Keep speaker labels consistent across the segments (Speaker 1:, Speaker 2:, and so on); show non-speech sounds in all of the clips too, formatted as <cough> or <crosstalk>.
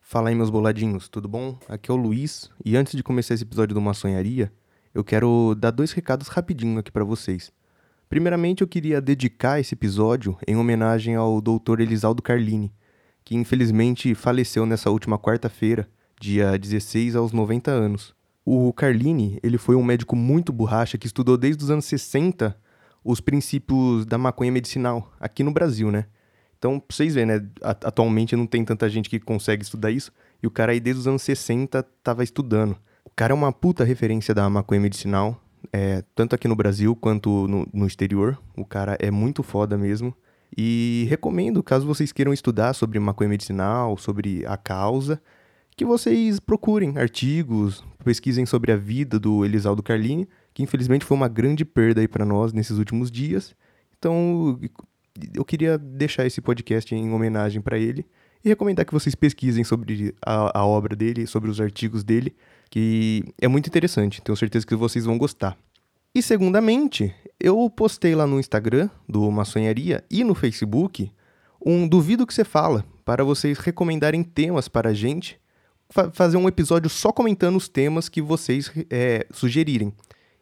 Speaker 1: Fala aí, meus boladinhos, tudo bom? Aqui é o Luiz e antes de começar esse episódio do Maçonharia, eu quero dar dois recados rapidinho aqui para vocês. Primeiramente, eu queria dedicar esse episódio em homenagem ao Dr. Elisaldo Carlini, que infelizmente faleceu nessa última quarta-feira, dia 16 aos 90 anos. O Carlini, ele foi um médico muito borracha que estudou desde os anos 60 os princípios da maconha medicinal aqui no Brasil, né? Então, pra vocês verem, né? At- Atualmente não tem tanta gente que consegue estudar isso. E o cara aí desde os anos 60 tava estudando. O cara é uma puta referência da maconha medicinal. é, tanto aqui no Brasil quanto no, no exterior. O cara é muito foda mesmo. E recomendo, caso vocês queiram estudar sobre maconha medicinal, sobre a causa, que vocês procurem artigos, pesquisem sobre a vida do Elisaldo Carlini, que infelizmente foi uma grande perda aí para nós nesses últimos dias. Então, eu queria deixar esse podcast em homenagem para ele e recomendar que vocês pesquisem sobre a, a obra dele, sobre os artigos dele, que é muito interessante. Tenho certeza que vocês vão gostar. E segundamente, eu postei lá no Instagram do Maçonharia e no Facebook um Duvido que você fala, para vocês recomendarem temas para a gente, fa- fazer um episódio só comentando os temas que vocês eh, sugerirem.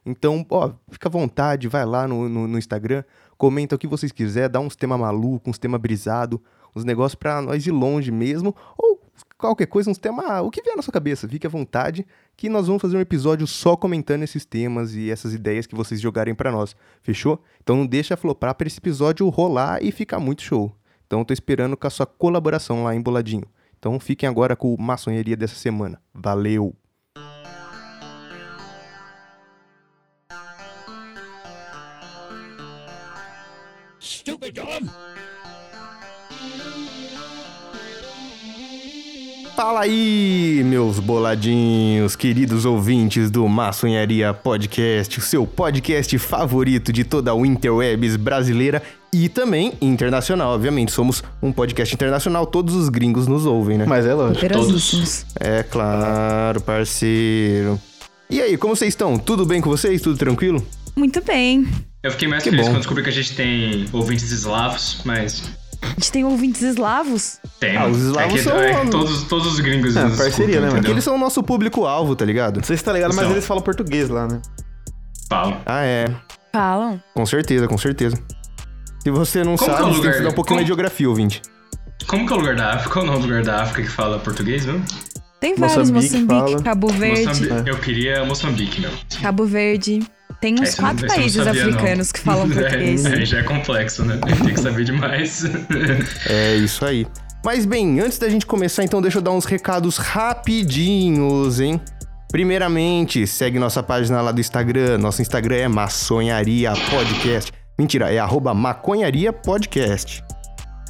Speaker 1: Então, ó, fica à vontade, vai lá no, no, no Instagram, comenta o que vocês quiser, dá uns temas malucos, uns temas brisado, uns negócios pra nós ir longe mesmo, ou qualquer coisa, uns temas, o que vier na sua cabeça, fique à vontade, que nós vamos fazer um episódio só comentando esses temas e essas ideias que vocês jogarem pra nós, fechou? Então não deixa flopar pra esse episódio rolar e ficar muito show. Então eu tô esperando com a sua colaboração lá, emboladinho. Então fiquem agora com o Maçonharia dessa semana. Valeu!
Speaker 2: Stupid dumb.
Speaker 1: Fala aí, meus boladinhos, queridos ouvintes do Maçonharia Podcast, o seu podcast favorito de toda a Interwebs brasileira e também internacional. Obviamente, somos um podcast internacional, todos os gringos nos ouvem, né?
Speaker 3: Mas é lógico.
Speaker 4: Poderosíssimos.
Speaker 1: É claro, parceiro. E aí, como vocês estão? Tudo bem com vocês? Tudo tranquilo?
Speaker 4: Muito bem.
Speaker 5: Eu fiquei mais
Speaker 1: Que
Speaker 5: feliz
Speaker 1: bom.
Speaker 5: quando descobri que a gente tem ouvintes eslavos, mas
Speaker 4: A gente tem ouvintes eslavos.
Speaker 5: tem.
Speaker 1: Ah, os eslavos
Speaker 5: é que,
Speaker 1: são-
Speaker 5: é que todos, todos os gringos.
Speaker 3: É,
Speaker 5: nos
Speaker 3: parceria, né, mano?
Speaker 1: Porque
Speaker 5: entendeu?
Speaker 1: eles são o nosso público-alvo, tá ligado?
Speaker 3: Não sei se tá ligado, mas
Speaker 5: Então.
Speaker 3: eles falam português lá, né?
Speaker 5: falam.
Speaker 1: Ah, é.
Speaker 4: Falam.
Speaker 1: Com certeza, com certeza. Se você não
Speaker 5: Como que é o
Speaker 1: sabe, você tem
Speaker 5: lugar?
Speaker 1: que estudar um pouquinho
Speaker 5: Como-
Speaker 1: mais de geografia, ouvinte.
Speaker 5: Como que é o lugar da África? Qual é o nome do lugar da África que fala português, não?
Speaker 4: Tem vários.
Speaker 3: Moçambique,
Speaker 4: Moçambique,
Speaker 3: fala.
Speaker 4: Cabo Verde.
Speaker 1: É.
Speaker 5: Moçambique. Eu queria Moçambique, meu.
Speaker 4: Cabo Verde. Tem
Speaker 3: É,
Speaker 4: uns
Speaker 5: Esse eu não-
Speaker 4: quatro
Speaker 5: esse eu não
Speaker 4: países
Speaker 5: sabia, não.
Speaker 4: africanos que
Speaker 3: <laughs>
Speaker 4: falam português.
Speaker 5: <laughs> É, aí já é complexo, né? Tem que saber demais. <laughs>
Speaker 1: É isso aí. Mas bem, antes da gente começar, então deixa eu dar uns recados rapidinhos, hein? Primeiramente, segue nossa página lá do Instagram. Nosso Instagram é Maçonharia Podcast. Mentira, é arroba Maconharia Podcast.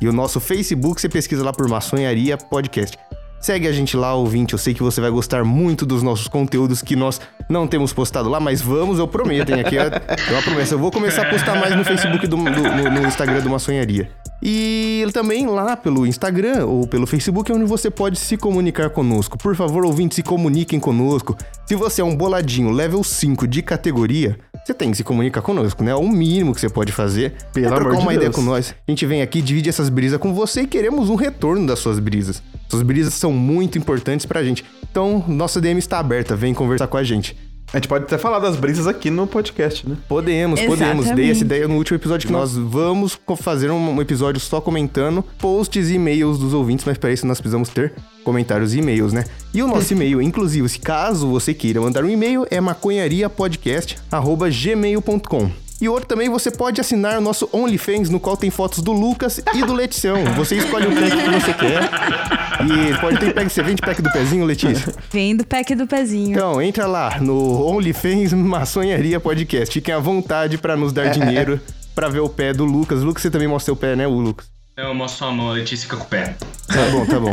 Speaker 1: E o nosso Facebook, você pesquisa lá por Maçonharia Podcast. Segue a gente lá, ouvinte. Eu sei que você vai gostar muito dos nossos conteúdos que nós não temos postado lá, mas vamos, eu prometo, hein? Aqui é é uma promessa. Eu vou começar a postar mais no Facebook, do, do- no, no Instagram do Maçonharia. E também lá pelo Instagram ou pelo Facebook é onde você pode se comunicar conosco. Por favor, ouvintes, se comuniquem conosco. Se você é um boladinho level 5 de categoria, você tem que se comunicar conosco, né? É o mínimo que você pode fazer.
Speaker 3: Pelo
Speaker 1: é trocar
Speaker 3: amor de
Speaker 1: uma ideia
Speaker 3: Deus.
Speaker 1: com nós. A gente vem aqui, divide essas brisas com você e queremos um retorno das suas brisas. Suas brisas são muito importantes pra gente. Então, nossa DM está aberta, vem conversar com a gente.
Speaker 3: A gente pode até falar das brisas aqui no podcast, né?
Speaker 1: Podemos, podemos. Dei essa
Speaker 4: Exatamente.
Speaker 1: ideia no último episódio que nós vamos co- fazer um um episódio só comentando posts e e-mails dos ouvintes, mas para isso nós precisamos ter comentários e e-mails, né? E o nosso e-mail, inclusive, se caso você queira mandar um e-mail, é maconhariapodcast.gmail.com. E outro também, você pode assinar o nosso OnlyFans, no qual tem fotos do Lucas e do Letição. Você escolhe o pack que você quer. E pode ter pack, você vende pack do pezinho, Letícia?
Speaker 4: Vem do pack do pezinho.
Speaker 1: Então, entra lá no OnlyFans Maçonharia Podcast. Fiquem à vontade pra nos dar dinheiro pra ver o pé do Lucas. Lucas, você também mostra o pé, né, o Lucas?
Speaker 5: Eu mostro sua mão, a Letícia fica com o pé.
Speaker 1: Tá bom, tá bom.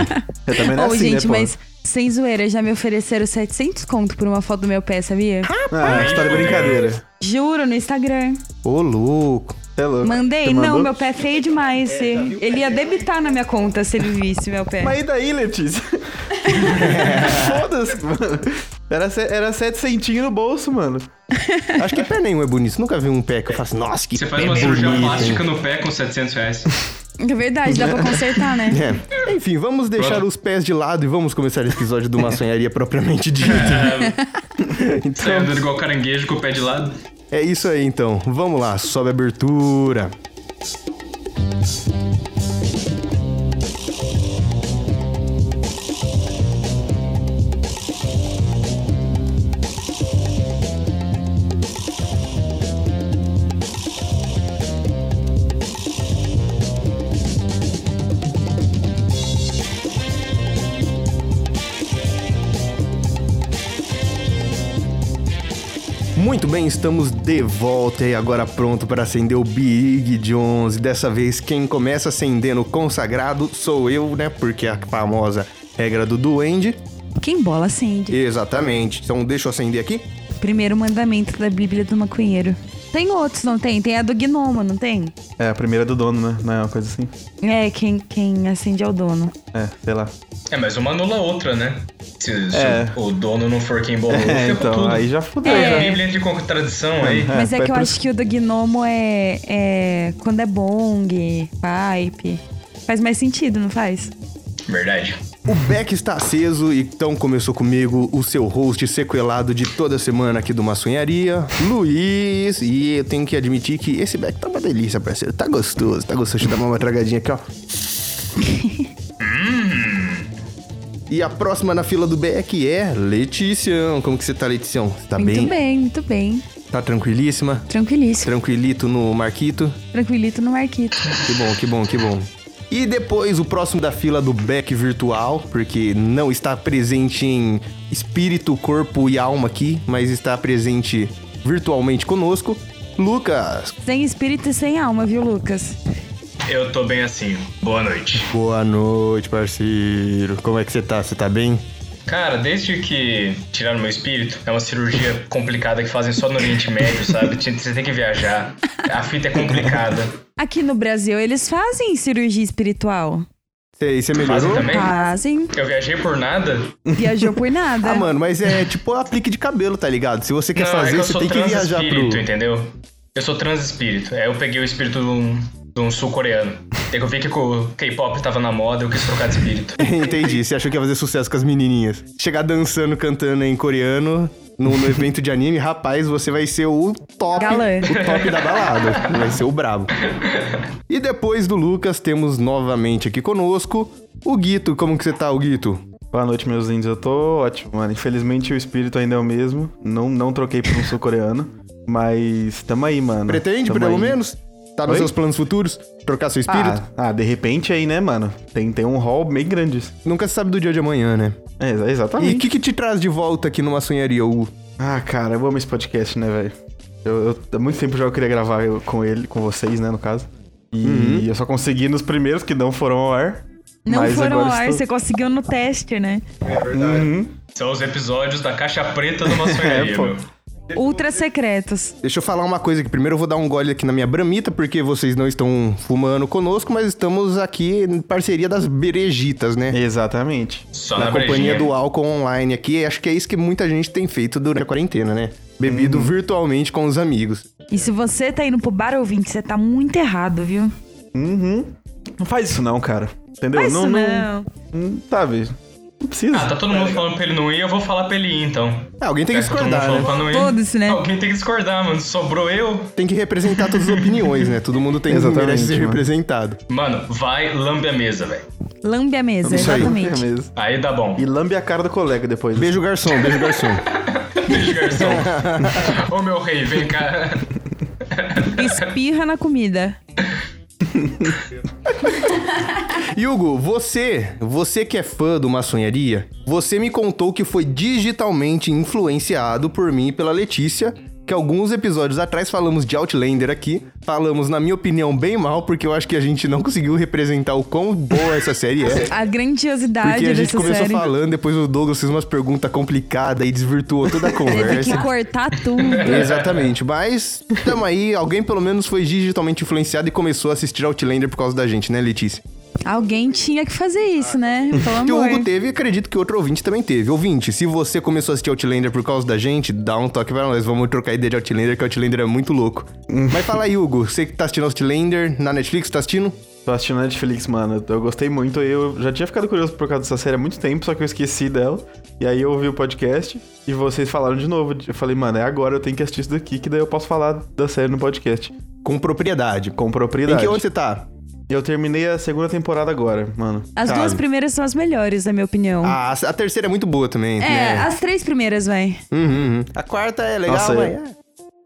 Speaker 3: É também não é
Speaker 4: Ou,
Speaker 3: assim,
Speaker 4: gente,
Speaker 3: né, pô?
Speaker 4: mas sem zoeira, já me ofereceram 700 conto por uma foto do meu pé, sabia?
Speaker 3: Ah, a gente tá de brincadeira.
Speaker 4: Juro, no Instagram.
Speaker 1: Ô, louco.
Speaker 3: É louco.
Speaker 4: Mandei.
Speaker 3: Você
Speaker 4: Não,
Speaker 3: mandou?
Speaker 4: meu pé é feio demais. ele ia debitar na minha conta se ele visse meu pé.
Speaker 3: Mas e daí, Letícia?
Speaker 4: <laughs>
Speaker 3: Foda-se, mano. Era, se- era sete centinhos no bolso, mano.
Speaker 1: Acho que pé nenhum é bonito. Você nunca viu um pé que eu faço, nossa, que
Speaker 5: Você
Speaker 1: pé
Speaker 5: faz uma
Speaker 1: bonito.
Speaker 5: cirurgia
Speaker 1: hein?" <laughs>
Speaker 5: plástica no pé com 700 reais.
Speaker 4: É verdade, dá pra consertar, né?
Speaker 3: <laughs>
Speaker 1: É. Enfim, vamos deixar os pés de lado e vamos começar esse episódio do maçonharia <laughs> propriamente dita.
Speaker 5: É, sai
Speaker 1: Então,
Speaker 5: andando igual caranguejo com o pé de lado.
Speaker 1: é isso aí então. Vamos lá, sobe a abertura. Muito bem, estamos de volta e agora pronto para acender o Big Jones. E dessa vez, quem começa acendendo o consagrado sou eu, né? Porque a famosa regra do duende.
Speaker 4: Quem bola acende.
Speaker 1: Exatamente. Então deixa eu acender aqui.
Speaker 4: Primeiro mandamento da Bíblia do maconheiro. Tem outros, não tem? Tem a do gnomo, não tem?
Speaker 3: É, a primeira é do dono, né? Não é uma coisa assim?
Speaker 4: É, quem, quem acende é o dono.
Speaker 3: É, sei lá.
Speaker 5: É, mas uma anula a outra, né? Se, se
Speaker 3: É.
Speaker 5: o dono não for quem bolou,
Speaker 3: É,
Speaker 5: fica
Speaker 3: então,
Speaker 5: tudo.
Speaker 3: aí já fudeu.
Speaker 4: É.
Speaker 5: A
Speaker 3: já.
Speaker 5: Bíblia entra em contradição aí.
Speaker 3: É,
Speaker 4: Mas é
Speaker 3: vai
Speaker 4: que eu
Speaker 3: pro-
Speaker 4: acho que o do gnomo é, é quando é bong, pipe. Faz mais sentido, não faz?
Speaker 5: Verdade.
Speaker 1: O Beck está aceso, então começou comigo o seu host sequelado de toda semana aqui do Maçonharia, Luiz. E eu tenho que admitir que esse Beck tá uma delícia, parceiro. Tá gostoso, tá gostoso. Deixa eu dar uma tragadinha
Speaker 4: <laughs>
Speaker 1: aqui, ó. E a próxima na fila do Beck é Leticião. Como que você tá, Leticião? Você tá
Speaker 4: muito
Speaker 1: bem?
Speaker 4: bem? muito bem.
Speaker 1: Tá tranquilíssima?
Speaker 4: Tranquilíssimo.
Speaker 1: Tranquilito no Marquito?
Speaker 4: Tranquilito no marquito.
Speaker 1: Que bom, que bom, que bom. E depois o próximo da fila do Beck virtual, porque não está presente em espírito, corpo e alma aqui, mas está presente virtualmente conosco. Lucas,
Speaker 4: Sem espírito e sem alma, viu, Lucas?
Speaker 5: Eu tô bem assim. Boa noite.
Speaker 1: boa noite, parceiro. Como é que você tá? Você tá bem?
Speaker 5: Cara, desde que tiraram meu espírito, é uma cirurgia complicada que fazem só no Oriente Médio, sabe? Tinha- Você tem que viajar. A fita é complicada.
Speaker 4: Aqui no Brasil, eles fazem cirurgia espiritual.
Speaker 1: Você, você
Speaker 5: Fazem
Speaker 1: melhorou?
Speaker 5: também?
Speaker 4: Tá. Fazem.
Speaker 5: Eu viajei por nada?
Speaker 4: Viajou por nada.
Speaker 1: Ah, mano, mas é tipo aplique de cabelo, tá ligado? Se você quer
Speaker 5: Não, é
Speaker 1: fazer,
Speaker 5: que eu
Speaker 1: você
Speaker 5: sou
Speaker 1: tem que viajar
Speaker 5: transespírito,
Speaker 1: pro.
Speaker 5: entendeu? Eu sou transespírito. É, eu peguei o espírito de um, de um sul-coreano. Daí que eu vi que o K-pop tava na moda, eu quis trocar de espírito.
Speaker 1: <laughs> Entendi. Você achou que ia fazer sucesso com as menininhas. Chegar dançando, cantando em coreano no, no evento de anime, rapaz, você vai ser o top.
Speaker 4: Galã.
Speaker 1: O top da balada. Vai ser o brabo. E depois do Lucas, temos novamente aqui conosco o Guito. Como que você tá, o Guito?
Speaker 3: Boa noite, meus índios. Eu tô ótimo, mano. Infelizmente o espírito ainda é o mesmo. Não, não troquei por um sul-coreano. Mas tamo aí, mano.
Speaker 1: Pretende,
Speaker 3: Ah, Tamo
Speaker 1: pelo
Speaker 3: aí.
Speaker 1: menos? Tá nos
Speaker 3: Oi?
Speaker 1: seus planos futuros? Trocar seu espírito?
Speaker 3: Ah, ah, de repente aí, né, mano? Tem, tem um hall meio grande.
Speaker 1: Nunca se sabe do dia de amanhã, né?
Speaker 3: É, exa-
Speaker 1: E
Speaker 3: exatamente.
Speaker 1: o que, que te traz de volta aqui numa sonharia, Hugo?
Speaker 3: Ah, cara, eu amo esse podcast, né, velho? Eu, eu- há muito tempo já eu queria gravar eu- com ele, com vocês, né, no caso. E eu só consegui nos primeiros que não foram ao ar.
Speaker 4: Não
Speaker 3: mas
Speaker 4: foram ao
Speaker 3: agora
Speaker 4: ar,
Speaker 3: estou-
Speaker 4: você conseguiu no teste, né?
Speaker 5: São os episódios da caixa preta do
Speaker 1: <laughs>
Speaker 5: maçonharia,
Speaker 3: É, pô.
Speaker 5: meu.
Speaker 4: Ultra secretos.
Speaker 1: Deixa eu falar uma coisa aqui. Primeiro eu vou dar um gole aqui na minha bramita, porque vocês não estão fumando conosco, mas estamos aqui em parceria das berejitas, né?
Speaker 3: Exatamente.
Speaker 5: Só
Speaker 1: Na,
Speaker 5: na,
Speaker 1: companhia
Speaker 5: brejinha.
Speaker 1: do álcool online aqui. Acho que é isso que muita gente tem feito durante a quarentena, né? Bebido virtualmente com os amigos.
Speaker 4: E se você tá indo pro bar ouvinte, você tá muito errado, viu?
Speaker 3: Uhum. Não faz isso não, cara. Entendeu?
Speaker 4: Mas isso
Speaker 3: não,
Speaker 4: não.
Speaker 3: não. Sabe? Não precisa.
Speaker 5: Ah, tá todo mundo falando pra ele não ir, eu vou falar pra ele ir, então.
Speaker 1: Ah, alguém tem que
Speaker 5: Já todo mundo
Speaker 1: discordar,
Speaker 5: falou
Speaker 1: né?
Speaker 5: pra não ir.
Speaker 4: Foda-se, né?
Speaker 5: Alguém tem que discordar, mano. Sobrou eu?
Speaker 1: Tem que representar todas as opiniões, né? Todo mundo tem
Speaker 3: Exatamente,
Speaker 1: merece ser
Speaker 3: mano.
Speaker 1: representado.
Speaker 5: Mano, vai, lambe a mesa, velho.
Speaker 4: Lambe a mesa,
Speaker 1: Isso aí.
Speaker 3: É
Speaker 4: exatamente.
Speaker 3: mesmo.
Speaker 5: Aí dá bom.
Speaker 3: E lambe a cara do colega depois. né?
Speaker 1: Beijo, garçom. Beijo, garçom.
Speaker 5: Beijo,
Speaker 1: <laughs>
Speaker 5: garçom. Ô, meu rei, vem cá.
Speaker 4: Espirra na comida.
Speaker 1: E, Hugo, você, você que é fã do maçonharia, você me contou que foi digitalmente influenciado por mim e pela Letícia, que alguns episódios atrás falamos de Outlander aqui, falamos, na minha opinião, bem mal, porque eu acho que a gente não conseguiu representar o quão boa essa série é.
Speaker 4: A grandiosidade
Speaker 1: Porque a gente
Speaker 4: dessa
Speaker 1: começou
Speaker 4: série.
Speaker 1: falando, depois o Douglas fez umas perguntas complicadas e desvirtuou toda a
Speaker 4: <laughs> Teve que
Speaker 1: conversa.
Speaker 4: cortar tudo.
Speaker 3: É.
Speaker 1: Exatamente, mas tamo aí, alguém pelo menos foi digitalmente influenciado e começou a assistir Outlander por causa da gente, né, Letícia?
Speaker 4: Alguém tinha que fazer isso, né? Pelo
Speaker 1: que o
Speaker 4: amor.
Speaker 1: Hugo teve, acredito que outro ouvinte também teve. Ouvinte, se você começou a assistir Outlander por causa da gente, dá um toque pra nós. Vamos trocar ideia de Hum. Outlander, que Outlander é muito louco. Mas fala aí, Hugo, você que tá assistindo Outlander na Netflix, tá assistindo?
Speaker 3: Tô assistindo Netflix, mano. Eu gostei muito. Eu já tinha ficado curioso por causa dessa série há muito tempo, só que eu esqueci dela. E aí eu ouvi o podcast e vocês falaram de novo. Eu falei, mano, é agora, eu tenho que assistir isso daqui, que daí eu posso falar da série no podcast.
Speaker 1: Com propriedade.
Speaker 3: Com
Speaker 1: Em
Speaker 3: propriedade.
Speaker 1: que onde você tá?
Speaker 3: Eu terminei a segunda temporada agora, mano.
Speaker 4: As
Speaker 1: Cara.
Speaker 4: duas primeiras são as melhores, na minha opinião.
Speaker 1: Ah, a terceira é muito boa também.
Speaker 4: Hum.
Speaker 3: né?
Speaker 1: né?
Speaker 4: é, as três primeiras, vai.
Speaker 1: Uhum, uhum. A quarta é legal,
Speaker 3: Nossa,
Speaker 1: mas...
Speaker 3: eu-
Speaker 1: é.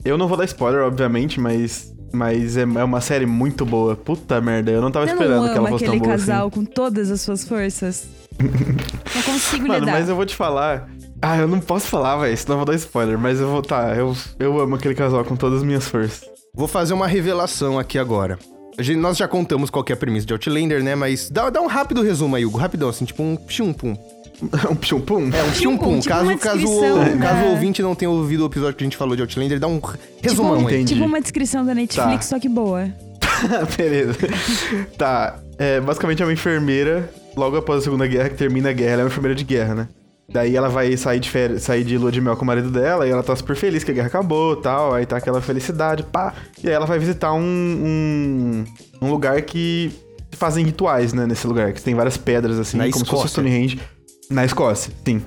Speaker 3: Eu não vou dar spoiler, obviamente, mas. Mas é, é uma série muito boa. Puta merda, eu não tava
Speaker 4: Você
Speaker 3: esperando
Speaker 4: não
Speaker 3: que ela
Speaker 4: ama
Speaker 3: fosse tão
Speaker 4: aquele
Speaker 3: boa.
Speaker 4: casal
Speaker 3: assim.
Speaker 4: com todas as suas
Speaker 3: <laughs>
Speaker 4: forças? não consigo
Speaker 3: Mano,
Speaker 4: lidar.
Speaker 3: mas eu vou te falar. Ah, eu não posso falar, velho, senão eu vou dar spoiler. Mas eu vou. Tá, eu, eu amo aquele casal com todas as minhas forças. <laughs>
Speaker 1: Vou fazer uma revelação aqui agora. A gente- nós já contamos qual que é a premissa de Outlander, né? Mas dá, dá um rápido resumo aí, Hugo. Rapidão, assim, tipo um pum-pum.
Speaker 3: um pichum pum.
Speaker 1: É, um
Speaker 4: Tipo,
Speaker 1: pum-pum.
Speaker 4: tipo
Speaker 1: caso,
Speaker 4: uma
Speaker 1: caso,
Speaker 4: descrição,
Speaker 1: caso
Speaker 4: né?
Speaker 1: o ouvinte não tenha ouvido o episódio que a gente falou de Outlander, dá um
Speaker 4: tipo,
Speaker 1: resumão aí.
Speaker 3: entendi.
Speaker 4: tipo uma descrição da Netflix,
Speaker 3: Tá.
Speaker 4: só que boa.
Speaker 3: <laughs> Beleza. tá. É, basicamente é uma enfermeira, logo após a Segunda Guerra, que termina a guerra, ela é uma enfermeira de guerra, né? Daí ela vai sair de, férias, sair de lua de mel com o marido dela e ela tá super feliz que a guerra acabou e tal. Aí tá aquela felicidade, pá. E aí ela vai visitar um, um, um lugar que fazem rituais, né? Nesse lugar, que tem várias pedras assim,
Speaker 1: Na
Speaker 3: como se fosse
Speaker 1: Escócia.
Speaker 3: Stonehenge. Na Escócia, sim.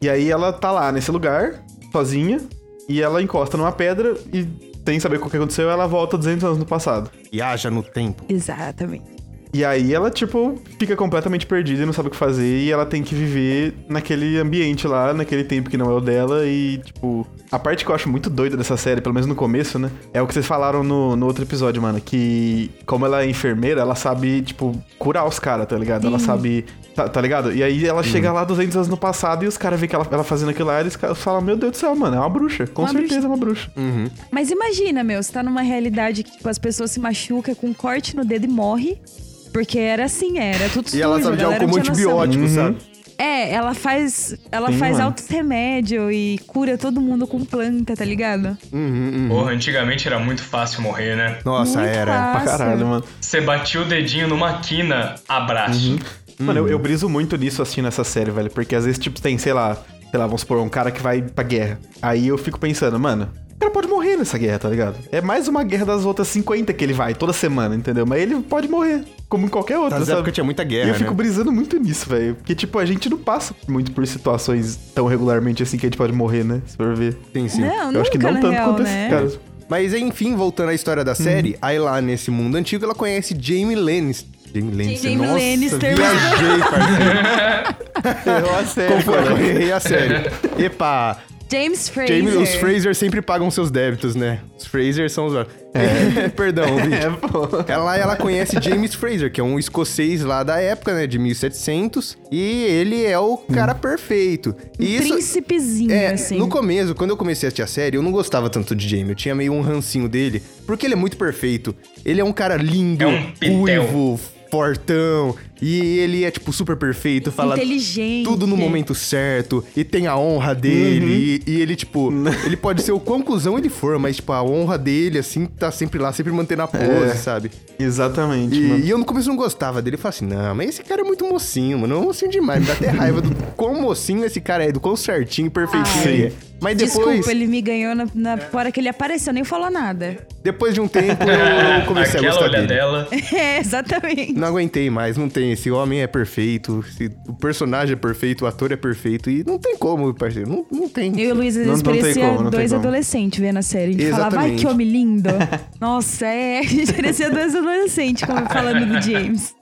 Speaker 3: E aí ela tá lá nesse lugar, sozinha, e ela encosta numa pedra e, sem saber o que aconteceu, ela volta 200 anos no passado.
Speaker 1: E haja no tempo.
Speaker 4: Exatamente.
Speaker 3: E aí ela, tipo, fica completamente perdida e não sabe o que fazer. E ela tem que viver naquele ambiente lá, naquele tempo que não é o dela. E, tipo, a parte que eu acho muito doida dessa série, pelo menos no começo, né? É o que vocês falaram no, no outro episódio, mano. Que como ela é enfermeira, ela sabe, tipo, curar os caras, tá ligado? Ela sabe. Tá, tá ligado? E aí ela chega lá 200 anos no passado e os caras veem que ela, ela fazendo aquilo lá e eles ca- falam: Meu Deus do céu, mano, é uma bruxa. Com
Speaker 4: Uma
Speaker 3: certeza
Speaker 4: bruxa.
Speaker 3: é uma bruxa.
Speaker 4: Mas imagina, meu, você tá numa realidade que tipo, as pessoas se machucam com um corte no dedo e morre. Porque era assim, era tudo
Speaker 1: E ela
Speaker 4: sujo,
Speaker 1: sabe
Speaker 4: a
Speaker 1: de
Speaker 4: galera
Speaker 1: algo como
Speaker 4: não tinha noção.
Speaker 1: antibiótico, sabe?
Speaker 3: Uhum.
Speaker 4: É, ela faz, ela
Speaker 3: Sim,
Speaker 4: faz
Speaker 3: mano.
Speaker 4: altos remédios e cura todo mundo com planta, tá ligado?
Speaker 1: Uhum.
Speaker 5: Porra, antigamente era muito fácil morrer, né?
Speaker 1: Nossa,
Speaker 4: Muito
Speaker 1: era.
Speaker 4: fácil.
Speaker 3: Pra
Speaker 4: Nossa.
Speaker 3: caralho, mano.
Speaker 5: Você batia o dedinho numa quina, abraço.
Speaker 1: Uhum.
Speaker 3: Mano, eu, eu briso muito nisso assistindo essa série, velho. Porque às vezes, tipo, tem, sei lá, sei lá, vamos supor, um cara que vai pra guerra. Aí eu fico pensando, mano, o cara pode morrer nessa guerra, tá ligado? É mais uma guerra das outras 50 que ele vai toda semana, entendeu? Mas ele pode morrer, como em qualquer outra,
Speaker 1: Nas
Speaker 3: sabe?
Speaker 1: épocas tinha muita
Speaker 3: E
Speaker 1: guerra,
Speaker 3: eu fico
Speaker 1: né?
Speaker 3: brisando muito nisso, velho. Porque, tipo, a gente não passa muito por situações tão regularmente assim que a gente pode morrer, né? Se for ver.
Speaker 1: Sim, sim.
Speaker 4: Não,
Speaker 3: eu acho que
Speaker 4: nunca,
Speaker 3: não
Speaker 4: na
Speaker 3: tanto
Speaker 4: real,
Speaker 3: quanto
Speaker 4: né?
Speaker 3: esses caras.
Speaker 1: Mas enfim, voltando à história da série, aí lá nesse mundo antigo ela conhece Jamie Lannister. Jamie Lannister,
Speaker 4: Jaime
Speaker 1: nossa,
Speaker 4: Lannister.
Speaker 1: viajei, parceiro.
Speaker 3: Errou a série,
Speaker 1: Eu
Speaker 3: cara.
Speaker 1: errei a série. Epa,
Speaker 4: James Fraser.
Speaker 1: Jamie, os Fraser sempre pagam seus débitos, né? Os Fraser são os... <laughs>
Speaker 3: <laughs>
Speaker 1: Perdão,
Speaker 3: É,
Speaker 1: ouvinte.
Speaker 3: pô.
Speaker 1: Ela, ela conhece James Fraser, que é um escocês lá da época, né? De 1700. E ele é o
Speaker 3: Hum.
Speaker 1: cara perfeito. E isso...
Speaker 4: Príncipezinho,
Speaker 1: É,
Speaker 4: Um assim.
Speaker 1: no começo, quando eu comecei a assistir a série, eu não gostava tanto de Jamie. Eu tinha meio um rancinho dele, porque ele é muito perfeito. Ele é um cara lindo,
Speaker 5: É um pitel.
Speaker 1: ruivo, fortão. E ele é, tipo, super perfeito. Fala
Speaker 4: Inteligente.
Speaker 1: tudo no momento certo. E tem a honra dele. E, e ele, tipo, ele pode ser o quão cuzão ele for, mas, tipo, a honra dele, assim, tá sempre lá, sempre mantendo a pose,
Speaker 3: É.
Speaker 1: sabe?
Speaker 3: Exatamente, mano.
Speaker 1: E, e eu no começo não gostava dele. Eu falava assim, não, mas esse cara é muito mocinho, mano. É um mocinho demais. Me dá até raiva do quão mocinho esse cara é, do quão certinho, perfeitinho
Speaker 3: Ai.
Speaker 1: ele é. Mas depois,
Speaker 4: Desculpa, ele me ganhou na, na hora que ele apareceu, nem falou nada. <laughs>
Speaker 1: depois de um tempo, eu comecei a
Speaker 5: Aquela
Speaker 1: gostar dele.
Speaker 5: olhadela.
Speaker 4: É, exatamente.
Speaker 1: Não aguentei mais, não tem. Esse homem é perfeito, esse- o personagem é perfeito, o ator é perfeito. E não tem como, parceiro. Não, não tem.
Speaker 4: Eu e o Luiz, às
Speaker 3: Não-
Speaker 4: vezes,
Speaker 3: não tem
Speaker 4: parecia
Speaker 3: como, não tem
Speaker 4: dois
Speaker 3: como.
Speaker 4: adolescentes vendo a série. A gente falava, ai,
Speaker 1: Exatamente.
Speaker 4: que homem lindo. <laughs> Nossa, é. A gente parecia dois adolescentes como- falando do James.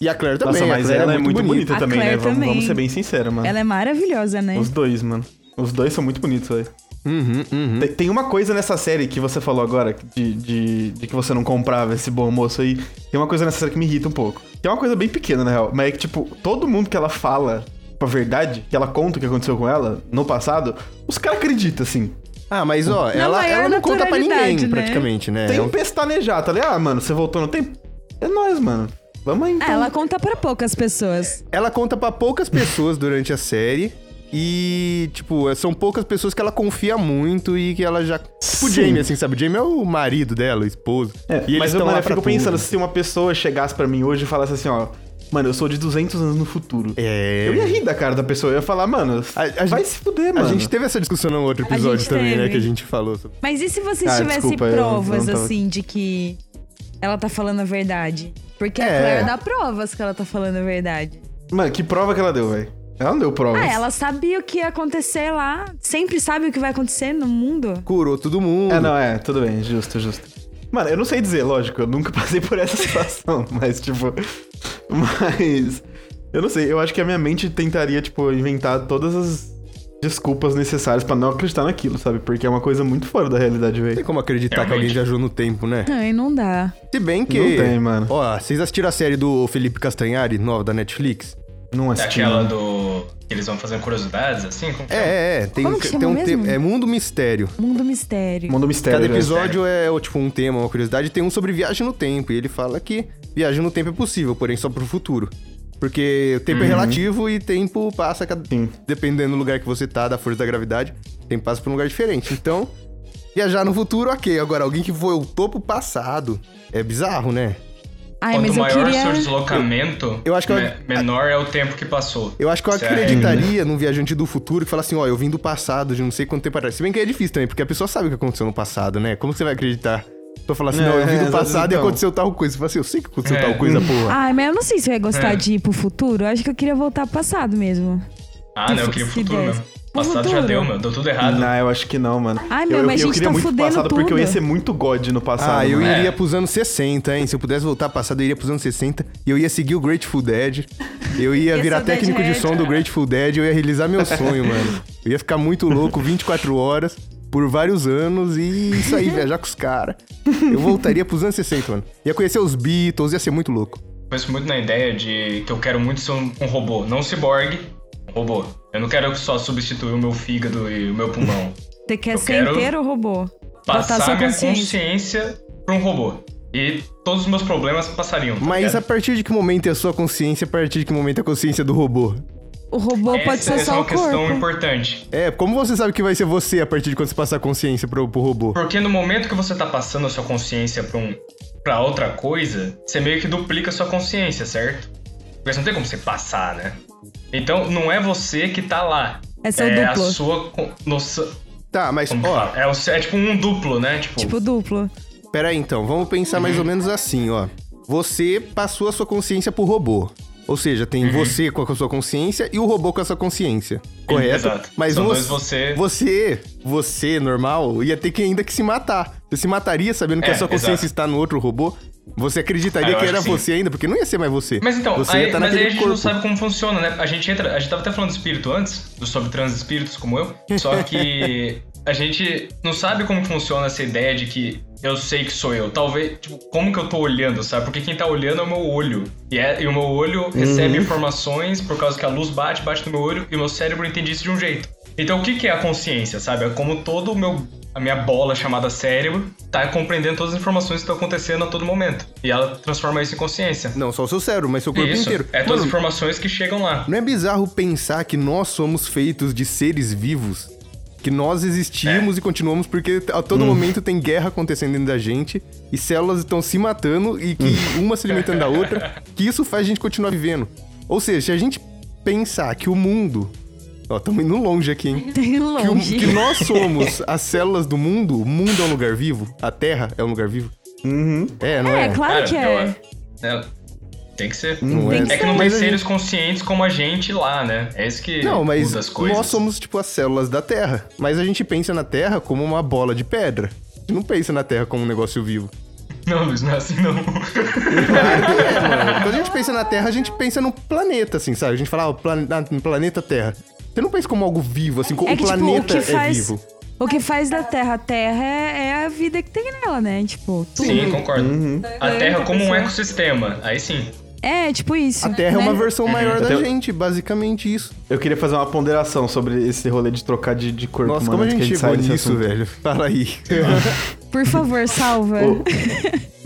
Speaker 1: E a Claire também.
Speaker 3: Nossa,
Speaker 1: a
Speaker 3: mas
Speaker 1: Claire
Speaker 3: ela é muito bonita,
Speaker 4: A
Speaker 3: também, né?
Speaker 4: Claire
Speaker 3: Vamos, vamos
Speaker 4: também.
Speaker 3: ser bem sinceros, mano.
Speaker 4: Ela é maravilhosa, né?
Speaker 3: Ah. Os dois, mano. Os dois são muito bonitos, velho.
Speaker 1: Uhum,
Speaker 4: Hum?
Speaker 1: uhum.
Speaker 3: Tem, tem uma coisa nessa série que você falou agora, de, de, de que você não comprava esse bom moço aí. Tem uma coisa nessa série que me irrita um pouco. Que é uma coisa bem pequena, na real. Mas é que, tipo, todo mundo que ela fala a verdade, que ela conta o que aconteceu com ela no passado, os caras acreditam, assim.
Speaker 1: Ah, mas ó, ela,
Speaker 4: maior
Speaker 1: ela não conta pra ninguém,
Speaker 4: naturalidade, né?
Speaker 1: praticamente, né?
Speaker 3: tem
Speaker 1: É
Speaker 3: um
Speaker 1: um-
Speaker 3: pestanejar, tá ligado? Ah, mano, você voltou no tempo? É nóis, mano. Vamos aí, então.
Speaker 4: Ah, ela conta pra poucas pessoas.
Speaker 1: Ela conta pra poucas pessoas durante a série. E, tipo, são poucas pessoas que ela confia muito e que ela já. Tipo, o
Speaker 3: Sim.
Speaker 1: Jamie, assim, sabe? O Jamie é o marido dela, o esposo.
Speaker 3: É,
Speaker 1: e eles
Speaker 3: mas eu,
Speaker 1: tão
Speaker 3: mano,
Speaker 1: lá
Speaker 3: eu
Speaker 1: pra
Speaker 3: fico
Speaker 1: tudo. né?
Speaker 3: pensando, assim, se uma pessoa chegasse pra mim hoje e falasse assim, ó... Mano, eu sou de 200 anos no futuro.
Speaker 1: É.
Speaker 3: Eu ia rir da cara da pessoa, eu ia falar, mano,
Speaker 1: A- a
Speaker 3: vai
Speaker 1: gente-
Speaker 3: se fuder,
Speaker 1: A
Speaker 3: mano.
Speaker 1: gente teve essa discussão no outro
Speaker 4: A
Speaker 1: episódio
Speaker 4: gente
Speaker 1: também, né?
Speaker 4: teve.
Speaker 1: Que a gente falou sobre.
Speaker 4: Mas e se vocês
Speaker 3: Ah,
Speaker 4: tivessem
Speaker 3: desculpa, eu não
Speaker 4: provas,
Speaker 3: tava-
Speaker 4: assim, de que ela tá falando a verdade? Porque a
Speaker 3: É.
Speaker 4: Claire dá provas que ela tá falando a verdade.
Speaker 3: Mano, que prova que ela deu, velho? Ela não deu prova.
Speaker 4: Ah, ela sabia o que ia acontecer lá. Sempre sabe o que vai acontecer no mundo.
Speaker 1: Curou todo mundo.
Speaker 3: É, não, é, tudo bem, justo, justo. Mano, eu não sei dizer, lógico, eu nunca <laughs> passei por essa situação, <laughs> mas, tipo. Mas. Eu não sei, eu acho que a minha mente tentaria, tipo, inventar todas as desculpas necessárias pra não acreditar naquilo, sabe? Porque é uma coisa muito fora da realidade,
Speaker 1: Tem
Speaker 3: velho.
Speaker 1: como acreditar que alguém
Speaker 5: Realmente.
Speaker 1: viajou no tempo, né?
Speaker 4: Ai, não dá.
Speaker 1: Se bem que.
Speaker 3: Não tem, mano.
Speaker 1: Ó, vocês assistiram a série do Felipe Castanhari, nova da Netflix?
Speaker 3: Não assisti. um
Speaker 5: Daquela
Speaker 3: não.
Speaker 5: É do. que eles vão fazendo curiosidades, assim? Como que chama?
Speaker 1: É, é, é. Tem,
Speaker 4: Como que
Speaker 1: tem
Speaker 4: chama
Speaker 1: um
Speaker 4: mesmo?
Speaker 1: te- É Mundo Mistério.
Speaker 4: Mundo mistério.
Speaker 3: Mundo mistério.
Speaker 1: Cada
Speaker 3: velho.
Speaker 1: episódio é, ó, tipo, um tema, uma curiosidade. Tem um sobre viagem no tempo. E ele fala que viagem no tempo é possível, porém só pro futuro. Porque o tempo é relativo e tempo passa, cada...
Speaker 3: Sim.
Speaker 1: dependendo do lugar que você tá, da força da gravidade, tempo passa pra um lugar diferente. Então, viajar no futuro, ok. Agora, alguém que voltou pro passado, é bizarro, né?
Speaker 4: Ai,
Speaker 5: Quanto
Speaker 4: mas eu
Speaker 5: maior seu
Speaker 4: queria.
Speaker 5: deslocamento,
Speaker 1: Eu acho que eu-
Speaker 5: me- menor é o tempo que passou.
Speaker 1: Eu acho que eu
Speaker 5: Isso é-
Speaker 1: acreditaria num viajante do futuro que fala assim, ó, eu vim do passado de não sei quanto tempo atrás. Se bem que é difícil também, porque a pessoa sabe o que aconteceu no passado, né? Como que você vai acreditar? Só falar assim,
Speaker 3: É,
Speaker 1: não, eu vim do
Speaker 3: exato,
Speaker 1: passado e
Speaker 3: então.
Speaker 1: aconteceu tal coisa. Você fala assim, eu sei que aconteceu
Speaker 5: É.
Speaker 1: tal coisa, porra.
Speaker 4: Ai, mas eu não sei se eu ia gostar
Speaker 5: É.
Speaker 4: de ir pro futuro. Eu acho que eu queria voltar pro passado mesmo.
Speaker 5: Ah, não, eu
Speaker 4: Se
Speaker 5: queria o
Speaker 4: desse.
Speaker 5: futuro mesmo.
Speaker 4: O
Speaker 5: Passado já
Speaker 4: futuro.
Speaker 5: deu, meu. Deu tudo errado.
Speaker 3: Não, eu acho que não, mano.
Speaker 4: Ai, meu,
Speaker 3: eu,
Speaker 4: mas a
Speaker 3: eu, eu
Speaker 4: gente
Speaker 3: queria
Speaker 4: tá
Speaker 3: muito
Speaker 4: fudendo
Speaker 3: passado porque eu ia
Speaker 4: tudo.
Speaker 3: ser muito god no passado.
Speaker 1: Ah, eu
Speaker 3: mano.
Speaker 1: iria
Speaker 5: É.
Speaker 1: pros anos 60, hein? Se eu pudesse voltar ao passado, eu iria pros anos 60. E eu ia seguir o Grateful Dead. Eu ia
Speaker 4: <laughs> Ia
Speaker 1: virar
Speaker 4: ser o Dead
Speaker 1: técnico de
Speaker 4: Head.
Speaker 1: som do Grateful Dead. Eu ia realizar meu sonho, mano. Eu ia ficar muito louco 24 horas, por vários anos. E isso aí, viajar com os caras. Eu voltaria pros anos 60, mano. Ia conhecer os Beatles, ia ser muito louco.
Speaker 5: penso muito na ideia de que eu quero muito ser um, um robô, não um ciborgue, um robô. Eu não quero só substituir o meu fígado e o meu pulmão.
Speaker 4: Você quer
Speaker 5: Eu
Speaker 4: ser
Speaker 5: quero
Speaker 4: inteiro ou robô?
Speaker 5: Passar
Speaker 4: <laughs> Botar sua
Speaker 5: minha
Speaker 4: consciência.
Speaker 5: consciência pra um robô. E todos os meus problemas passariam. tá
Speaker 1: Mas a
Speaker 5: ligado?
Speaker 1: partir de que momento é a sua consciência? A partir de que momento é a consciência do robô?
Speaker 4: O robô pode ser
Speaker 5: essa, essa é
Speaker 4: só
Speaker 5: uma
Speaker 4: o corpo.
Speaker 5: questão importante.
Speaker 1: É, como você sabe que vai ser você a partir de quando você passar a consciência pro, pro robô?
Speaker 5: Porque no momento que você tá passando a sua consciência pra, um, pra outra coisa, você meio que duplica a sua consciência, certo? Porque você não tem como você passar, né? Então não é você que tá lá.
Speaker 4: É seu
Speaker 5: é
Speaker 4: duplo.
Speaker 5: a sua con- noção.
Speaker 1: Tá, mas
Speaker 5: Como que
Speaker 1: ó,
Speaker 5: fala? É, o seu- é tipo um duplo, né?
Speaker 4: Tipo duplo. <laughs>
Speaker 1: Pera aí, então, vamos pensar mais ou menos assim, ó. Você passou a sua consciência pro robô. Ou seja, tem
Speaker 5: Uhum.
Speaker 1: você com a sua consciência e o robô com a sua consciência. Correto?
Speaker 5: Exato.
Speaker 1: Mas
Speaker 5: São
Speaker 1: você,
Speaker 5: dois você-
Speaker 1: você, você, normal, ia ter que ainda que se matar. Você se mataria sabendo que
Speaker 5: É,
Speaker 1: a sua consciência
Speaker 5: exato.
Speaker 1: está no outro robô? Você acreditaria
Speaker 5: Ah, eu
Speaker 1: que
Speaker 5: acho
Speaker 1: era
Speaker 5: que sim.
Speaker 1: você ainda, porque não ia ser mais você.
Speaker 5: Mas então,
Speaker 1: você tá
Speaker 5: aí, mas aí a gente não sabe como funciona, né? A gente entra. A gente tava até falando de espírito antes, do- sobre transespíritos como eu. Só que a gente não sabe como funciona essa ideia de que eu sei que sou eu. Talvez, tipo, como que eu tô olhando, sabe? Porque quem tá olhando é o meu olho. E, é- e o meu olho recebe informações por causa que a luz bate, bate no meu olho e o meu cérebro entende isso de um jeito. Então o que, que é a consciência, sabe? É como todo o meu. A minha bola chamada cérebro tá compreendendo todas as informações que estão acontecendo a todo momento. E ela transforma isso em consciência.
Speaker 1: Não, só o seu cérebro, mas seu corpo
Speaker 5: Isso,
Speaker 1: inteiro.
Speaker 5: é todas as
Speaker 1: Mano,
Speaker 5: informações que chegam lá.
Speaker 1: Não é bizarro pensar que nós somos feitos de seres vivos? Que nós existimos e continuamos porque a todo momento tem guerra acontecendo dentro da gente e células estão se matando e que uma se alimentando da outra, que isso faz a gente continuar vivendo. Ou seja, se a gente pensar que o mundo. Ó, estamos indo longe aqui, hein? Que, o-
Speaker 4: Longe.
Speaker 1: que nós somos as células do mundo, o mundo é um lugar vivo, a Terra é um lugar vivo.
Speaker 3: Uhum.
Speaker 1: É, não é?
Speaker 4: É, claro
Speaker 5: Cara,
Speaker 4: que
Speaker 5: eu-
Speaker 4: é.
Speaker 5: é, tem que ser.
Speaker 1: Não
Speaker 4: Tem
Speaker 1: é.
Speaker 4: que
Speaker 5: É que não tem
Speaker 1: Mas a gente-
Speaker 5: seres conscientes como a gente lá, né? É isso que
Speaker 1: Não, mas
Speaker 5: muda as coisas.
Speaker 1: nós somos tipo as células da Terra. Mas a gente pensa na Terra como uma bola de pedra. A gente não pensa na Terra como um negócio <laughs> vivo.
Speaker 5: <laughs> Não, Luiz, não é assim não.
Speaker 1: É, Quando a gente pensa na Terra, a gente pensa no planeta, assim, sabe? A gente fala, ah, o plane- ah, no planeta Terra. Você não pensa como algo vivo, assim, como
Speaker 4: é
Speaker 1: o
Speaker 4: que, tipo, o
Speaker 1: planeta
Speaker 4: que
Speaker 1: é
Speaker 4: faz.
Speaker 1: vivo.
Speaker 4: o que faz da Terra a Terra é, é a vida que tem nela, né? Tipo, tudo.
Speaker 5: <laughs> Sim, concordo. A
Speaker 4: Uhum.
Speaker 5: Terra como um
Speaker 4: Pessoa.
Speaker 5: ecossistema. Aí sim.
Speaker 4: É, tipo isso.
Speaker 1: A Terra é uma
Speaker 4: né?
Speaker 1: versão maior da
Speaker 3: Então-
Speaker 1: gente, basicamente isso.
Speaker 3: Eu queria fazer uma ponderação sobre esse rolê de trocar de, de corpo,
Speaker 1: Nossa,
Speaker 3: mano.
Speaker 1: como a
Speaker 3: antes que
Speaker 1: gente
Speaker 3: saia
Speaker 1: chegou
Speaker 3: desse
Speaker 1: nisso,
Speaker 3: assunto.
Speaker 1: velho? Fala <laughs> aí.
Speaker 4: Por
Speaker 1: <laughs>
Speaker 4: favor, salva.
Speaker 3: Ô,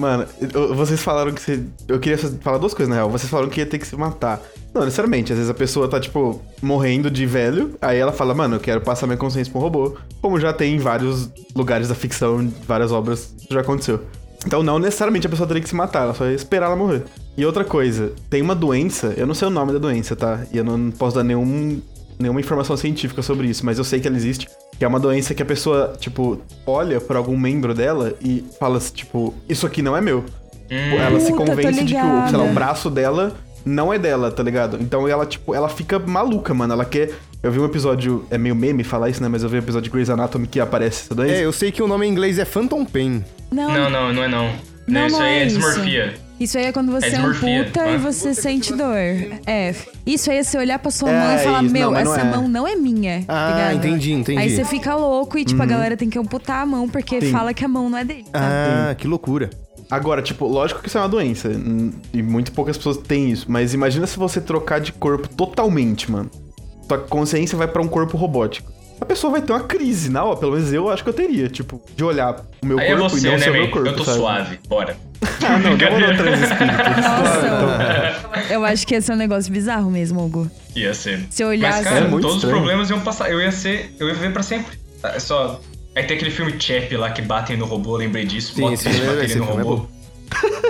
Speaker 3: mano, eu- vocês falaram que você. Eu queria só falar duas coisas, na real. Vocês falaram que ia ter que se matar. Não, necessariamente. Às vezes a pessoa tá, tipo, morrendo de velho. Aí ela fala, mano, eu quero passar minha consciência pra um robô. Como já tem em vários lugares da ficção, várias obras, isso já aconteceu. Então não necessariamente a pessoa teria que se matar, ela só ia esperar ela morrer. E outra coisa, tem uma doença, eu não sei o nome da doença, tá? E eu não posso dar nenhum nenhuma informação científica sobre isso, mas eu sei que ela existe. Que é uma doença que a pessoa, tipo, olha pra algum membro dela e fala, assim, tipo, isso aqui não é meu.
Speaker 5: Hum.
Speaker 3: ela se
Speaker 4: Puta, tô
Speaker 3: convence de que o, sei lá,
Speaker 4: ligada.
Speaker 3: o braço dela não é dela, tá ligado? Então ela, tipo, ela fica maluca, mano. Ela quer. Eu vi um episódio. É meio meme falar isso, né? Mas eu vi um episódio de Grey's Anatomy que aparece isso daí.
Speaker 1: É, eu sei que o nome em inglês é Phantom Pain.
Speaker 4: Não,
Speaker 5: Não, não, não é não.
Speaker 4: Não,
Speaker 5: isso
Speaker 4: não
Speaker 5: aí
Speaker 4: é
Speaker 5: é
Speaker 4: isso.
Speaker 5: desmorfia.
Speaker 4: Isso aí é quando você é, um
Speaker 5: desmorfia,
Speaker 4: puta
Speaker 5: né?
Speaker 4: e você sente dor. É. Isso aí é você olhar pra sua
Speaker 3: É,
Speaker 4: mão e falar,
Speaker 3: isso,
Speaker 4: meu,
Speaker 3: não, mas não
Speaker 4: essa
Speaker 3: é."
Speaker 4: mão não é minha.
Speaker 1: Ah,
Speaker 4: ligado?
Speaker 1: entendi, entendi.
Speaker 4: Aí você fica louco e, tipo, a galera tem que amputar a mão porque fala que a mão não é dele. tá?
Speaker 1: Ah, que loucura.
Speaker 3: Agora, tipo, lógico que isso é uma doença. hum, E muito poucas pessoas têm isso. Mas imagina se você trocar de corpo totalmente, mano. Sua consciência vai pra um corpo robótico. A pessoa vai ter uma crise, na hora. Pelo menos eu acho que eu teria, tipo, de olhar o meu
Speaker 5: Aí é
Speaker 3: corpo e
Speaker 5: você,
Speaker 3: não
Speaker 5: né,
Speaker 3: ser o meu
Speaker 5: man?
Speaker 3: corpo.
Speaker 5: Eu tô
Speaker 3: sabe?
Speaker 5: suave, bora.
Speaker 3: Ah,
Speaker 5: <laughs>
Speaker 3: não, demorou trans
Speaker 4: Eu acho que esse é um negócio bizarro mesmo, Hugo.
Speaker 5: Ia ser.
Speaker 4: Se eu assim, olhasse-
Speaker 5: Mas, cara,
Speaker 3: É muito
Speaker 5: todos
Speaker 3: estranho.
Speaker 5: os problemas iam passar. Eu ia ser. Eu ia viver pra sempre. É só. Aí tem aquele filme Chap lá que batem no robô, lembrei disso.
Speaker 1: Sim,
Speaker 5: Bota
Speaker 1: esse
Speaker 5: bicho
Speaker 1: filme é-
Speaker 5: batendo
Speaker 1: esse
Speaker 5: no
Speaker 1: filme é
Speaker 5: robô.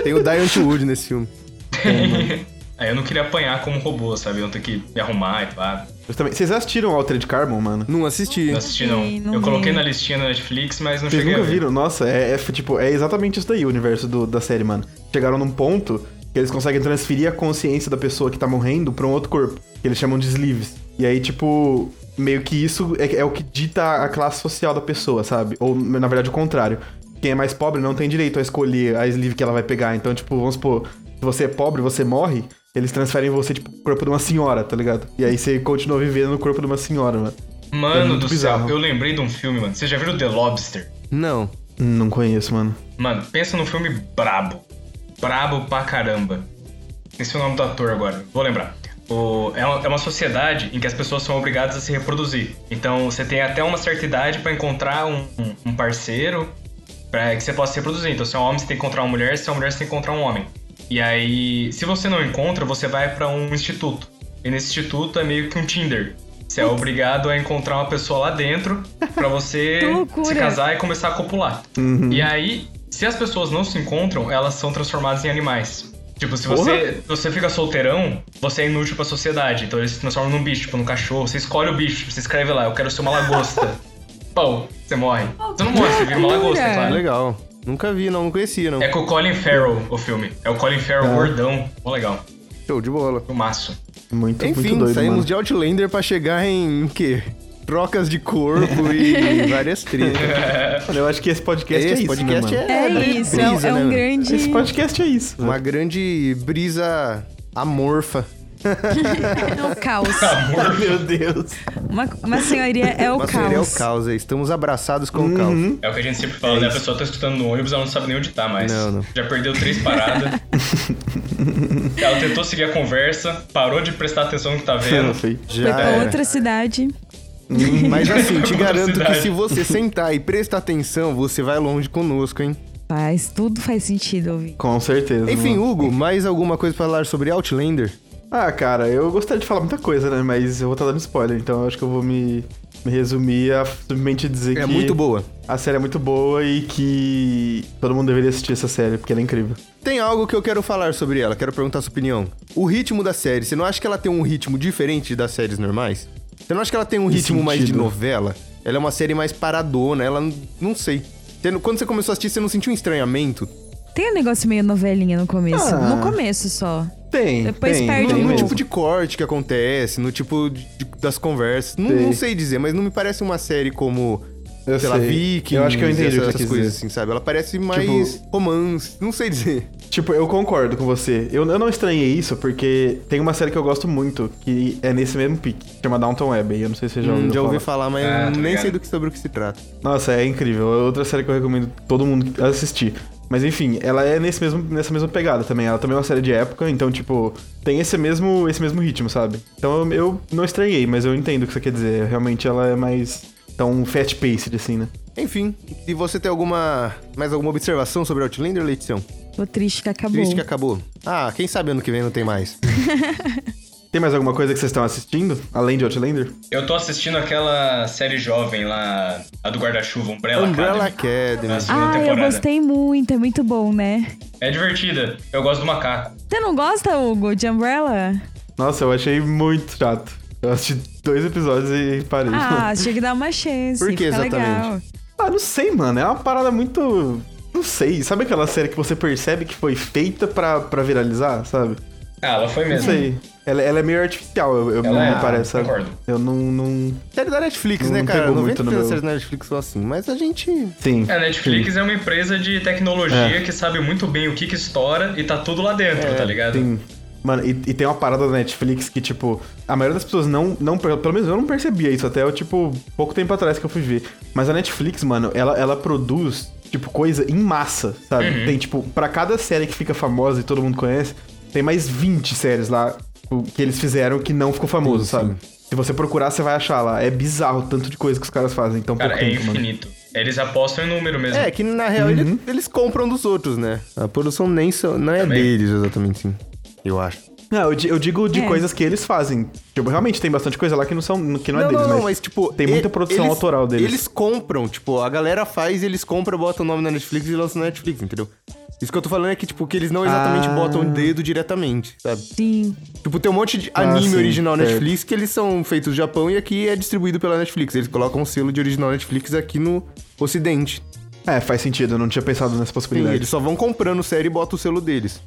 Speaker 1: Tem o Diane Wood nesse filme.
Speaker 3: É
Speaker 5: <laughs> Aí É, eu não queria apanhar como robô, sabe? Eu tenho que me arrumar e pá.
Speaker 3: Justamente. Vocês assistiram Altered Carbon, mano?
Speaker 1: Não assisti.
Speaker 5: Não assisti, não.
Speaker 4: Sim, não
Speaker 5: eu
Speaker 4: vi.
Speaker 5: coloquei na listinha na Netflix, mas não
Speaker 3: Vocês
Speaker 5: cheguei
Speaker 3: nunca
Speaker 5: a ver.
Speaker 3: viram? Nossa, é, é, tipo, é exatamente isso daí o universo do- da série, mano. Chegaram num ponto que eles conseguem transferir a consciência da pessoa que tá morrendo pra um outro corpo, que eles chamam de sleeves. E aí, tipo, meio que isso é, é o que dita a classe social da pessoa, sabe? Ou, na verdade, o contrário. Quem é mais pobre não tem direito a escolher a sleeve que ela vai pegar. Então, tipo, vamos supor, se você é pobre, você morre, eles transferem você, tipo, pro corpo de uma senhora, tá ligado? E aí você continua vivendo no corpo de uma senhora, mano. É
Speaker 5: Mano
Speaker 3: muito
Speaker 5: do
Speaker 3: bizarro.
Speaker 5: céu, eu lembrei de um filme, mano. Vocês já viram The Lobster?
Speaker 1: Não.
Speaker 3: Não conheço, mano.
Speaker 5: Mano, pensa num filme brabo. Brabo pra caramba. Esse é o nome do ator agora, vou lembrar. O- é, uma, é uma sociedade em que as pessoas são obrigadas a se reproduzir. Então você tem até uma certa idade pra encontrar um, um- um parceiro pra que você possa se reproduzir. Então se é um homem você tem que encontrar uma mulher, se é uma mulher você tem que encontrar um homem. E aí, se você não encontra, você vai pra um instituto. E nesse instituto é meio que um Tinder. Você é obrigado a encontrar uma pessoa lá dentro pra
Speaker 4: <laughs>
Speaker 5: você
Speaker 4: Que loucura.
Speaker 5: se casar tá? e começar a copular. E aí, se as pessoas não se encontram, elas são transformadas em animais. Tipo, se você, você fica solteirão, você é inútil pra sociedade. Então eles se transformam num bicho, tipo, num cachorro. Você escolhe o bicho, você escreve lá, eu quero ser uma lagosta. Pau, você morre. Você não morre, você vira uma lagosta, é
Speaker 1: Ah,
Speaker 5: claro.
Speaker 1: legal. Nunca vi, não. Não conhecia, não.
Speaker 5: É com o Colin Farrell o filme. É o Colin Farrell gordão. Mó legal.
Speaker 1: Show de bola.
Speaker 5: Filmaço. <laughs>
Speaker 3: É Muito,
Speaker 1: Enfim,
Speaker 3: muito doido,
Speaker 1: saímos
Speaker 3: mano.
Speaker 1: de Outlander pra chegar em o quê? Trocas de corpo e várias tretas.
Speaker 3: Mano, eu acho que esse podcast é
Speaker 1: Esse
Speaker 3: isso,
Speaker 1: podcast
Speaker 3: né, mano?
Speaker 4: É, isso, é, um-
Speaker 1: brisa,
Speaker 4: é
Speaker 1: né,
Speaker 4: um
Speaker 1: mano?
Speaker 4: grande.
Speaker 3: Esse podcast é isso.
Speaker 1: Uma grande brisa amorfa.
Speaker 4: É o caos.
Speaker 3: Amor, <laughs> meu Deus.
Speaker 4: Uma, uma senhoria é o
Speaker 1: Nossa, ele é
Speaker 4: caos.
Speaker 1: o caos, é. Estamos abraçados com
Speaker 3: Uhum.
Speaker 1: o caos.
Speaker 5: É o que a gente sempre fala, né? A pessoa tá escutando no ônibus, ela não sabe nem onde tá mais.
Speaker 1: Não, não.
Speaker 5: Já perdeu três paradas. ela tentou seguir a conversa, parou de prestar atenção no que tá
Speaker 3: É.
Speaker 5: vendo.
Speaker 1: Já
Speaker 4: Foi pra
Speaker 1: era.
Speaker 4: outra cidade.
Speaker 1: Mas assim, te
Speaker 5: Outra
Speaker 1: garanto que
Speaker 5: cidade.
Speaker 1: se você sentar e prestar atenção, você vai longe conosco, hein?
Speaker 4: Faz, tudo faz sentido, ouvir.
Speaker 3: Com certeza.
Speaker 1: Enfim,
Speaker 3: mano.
Speaker 1: Hugo, mais alguma coisa pra falar sobre Outlander?
Speaker 3: um- Ah, cara, eu gostaria de falar muita coisa, né? Mas eu vou estar dando spoiler, então eu acho que eu vou me, me resumir a simplesmente dizer
Speaker 1: É
Speaker 3: que.
Speaker 1: muito boa.
Speaker 3: A série é muito boa e que todo mundo deveria assistir essa série, porque ela é incrível.
Speaker 1: Tem algo que eu quero falar sobre ela, quero perguntar sua opinião. O ritmo da série, você não acha que ela tem um ritmo diferente das séries normais? Você não acha que ela tem um
Speaker 3: Que
Speaker 1: ritmo mais de
Speaker 3: sentido?
Speaker 1: novela? Ela é uma série mais paradona, ela n- não sei. Você não- Quando você começou a assistir, você não sentiu um estranhamento?
Speaker 4: Tem um negócio meio novelinha no começo.
Speaker 3: Ah.
Speaker 4: No começo só.
Speaker 3: Tem.
Speaker 4: Depois
Speaker 3: tem,
Speaker 4: perde
Speaker 3: tem
Speaker 4: um
Speaker 1: No
Speaker 4: Sim.
Speaker 3: mesmo.
Speaker 1: tipo de corte que acontece, no tipo de- de- das conversas. Não,
Speaker 3: Sei.
Speaker 1: não sei dizer, mas não me parece uma série como.
Speaker 3: Eu
Speaker 1: sei lá,
Speaker 3: sei.
Speaker 1: Vikings,
Speaker 3: Eu acho que eu entendi o que
Speaker 1: essas,
Speaker 3: você
Speaker 1: essas
Speaker 3: quis
Speaker 1: coisas
Speaker 3: dizer.
Speaker 1: assim, sabe? Ela parece mais romance, não sei dizer.
Speaker 3: Tipo, eu concordo com você. Eu, eu não estranhei isso, porque tem uma série que eu gosto muito, que é nesse mesmo pique, chama Downton Web. Eu não sei se você já ouviu
Speaker 1: Hum, já ouvi falar,
Speaker 3: falar.
Speaker 1: mas
Speaker 5: Ah, tô
Speaker 1: nem
Speaker 5: ligado.
Speaker 1: sei do que sobre o que se trata.
Speaker 3: Nossa, é incrível. É outra série que eu recomendo todo mundo assistir. Mas enfim, ela é nesse mesmo, nessa mesma pegada também. Ela também é uma série de época, então, tipo, tem esse mesmo, esse mesmo ritmo, sabe? Então eu, eu não estranhei, mas eu entendo o que você quer dizer. Realmente ela é mais tão fast-paced, assim, né?
Speaker 1: Enfim, se você tem alguma mais alguma observação sobre Outlander, Leitição?
Speaker 4: Tô triste que acabou.
Speaker 1: Triste que acabou. Ah, quem sabe ano que vem não tem
Speaker 3: <laughs>
Speaker 1: mais.
Speaker 3: Tem mais alguma coisa que vocês estão assistindo? Além de Outlander?
Speaker 5: Eu tô assistindo aquela série jovem lá, a do guarda-chuva, Umbrella,
Speaker 1: Umbrella
Speaker 5: Academy.
Speaker 1: Academy.
Speaker 5: Na segunda
Speaker 4: Ah, eu
Speaker 5: temporada.
Speaker 4: gostei muito, é muito bom, né?
Speaker 5: É divertida. Eu gosto do macaco.
Speaker 4: Você não gosta, Hugo,
Speaker 1: <laughs>
Speaker 4: de Umbrella?
Speaker 3: Nossa, eu achei muito chato. Eu assisti dois episódios e parei. <laughs>
Speaker 4: Ah, tinha que dar uma chance.
Speaker 1: Por que
Speaker 4: fica
Speaker 1: exatamente?
Speaker 4: Legal.
Speaker 3: Ah, não sei, mano. É uma parada muito. Não sei, sabe aquela série que você percebe que foi feita pra, pra viralizar, sabe?
Speaker 5: Ah, ela foi
Speaker 3: Não
Speaker 5: mesmo.
Speaker 3: sei. Ela, ela é meio artificial, eu, eu-
Speaker 5: Ela
Speaker 3: me
Speaker 5: é,
Speaker 3: parece, sabe?
Speaker 5: concordo.
Speaker 3: Eu não, não.
Speaker 1: Série da Netflix,
Speaker 3: Não
Speaker 1: né, cara?
Speaker 3: pegou muito
Speaker 1: 90%
Speaker 3: no
Speaker 1: das
Speaker 3: meu.
Speaker 1: séries da Netflix são assim. Mas a gente.
Speaker 3: Sim.
Speaker 5: A Netflix é uma empresa de tecnologia que sabe muito bem o que que estoura e tá tudo lá dentro, tá ligado?
Speaker 3: Sim. Mano, e, e tem uma parada da Netflix que, tipo, a maioria das pessoas não, não. per- Pelo menos eu não percebia isso até, tipo, pouco tempo atrás que eu fui ver. Mas a Netflix, mano, ela, ela produz, tipo, coisa em massa, sabe?
Speaker 5: Uhum.
Speaker 3: Tem, tipo, pra cada série que fica famosa e todo mundo conhece, tem mais 20 séries lá tipo, que eles fizeram que não ficou famoso, sabe? Se você procurar, você vai achar lá. É bizarro o tanto de coisa que os caras fazem em tão
Speaker 5: Cara,
Speaker 3: pouco
Speaker 5: é
Speaker 3: tempo, mano.
Speaker 5: infinito. Eles apostam em número mesmo.
Speaker 1: É, que na real
Speaker 3: Uhum.
Speaker 1: ele- eles, compram dos outros, né? A produção nem são- não é
Speaker 5: Também.
Speaker 1: deles, exatamente, sim. Eu acho.
Speaker 3: Não, eu, di- eu digo de
Speaker 4: É.
Speaker 3: coisas que eles fazem. Tipo, realmente tem bastante coisa lá que não, são, que não, é deles, mas
Speaker 1: tipo.
Speaker 3: tem muita
Speaker 1: e-
Speaker 3: produção
Speaker 1: eles-
Speaker 3: autoral deles.
Speaker 1: Eles compram, tipo, a galera faz, eles compram, botam o nome na Netflix e lançam na Netflix, entendeu? Isso que eu tô falando é que, tipo, que eles não exatamente
Speaker 3: Ah.
Speaker 1: botam o dedo diretamente, sabe?
Speaker 4: Sim.
Speaker 1: Tipo, tem um monte de
Speaker 3: Ah,
Speaker 1: anime
Speaker 3: sim,
Speaker 1: original
Speaker 3: certo.
Speaker 1: Netflix que eles são feitos no Japão e aqui é distribuído pela Netflix. Eles colocam o selo de original Netflix aqui no Ocidente.
Speaker 3: É, faz sentido, eu não tinha pensado nessa
Speaker 1: Sim,
Speaker 3: possibilidade.
Speaker 1: eles só vão comprando série e botam o selo deles.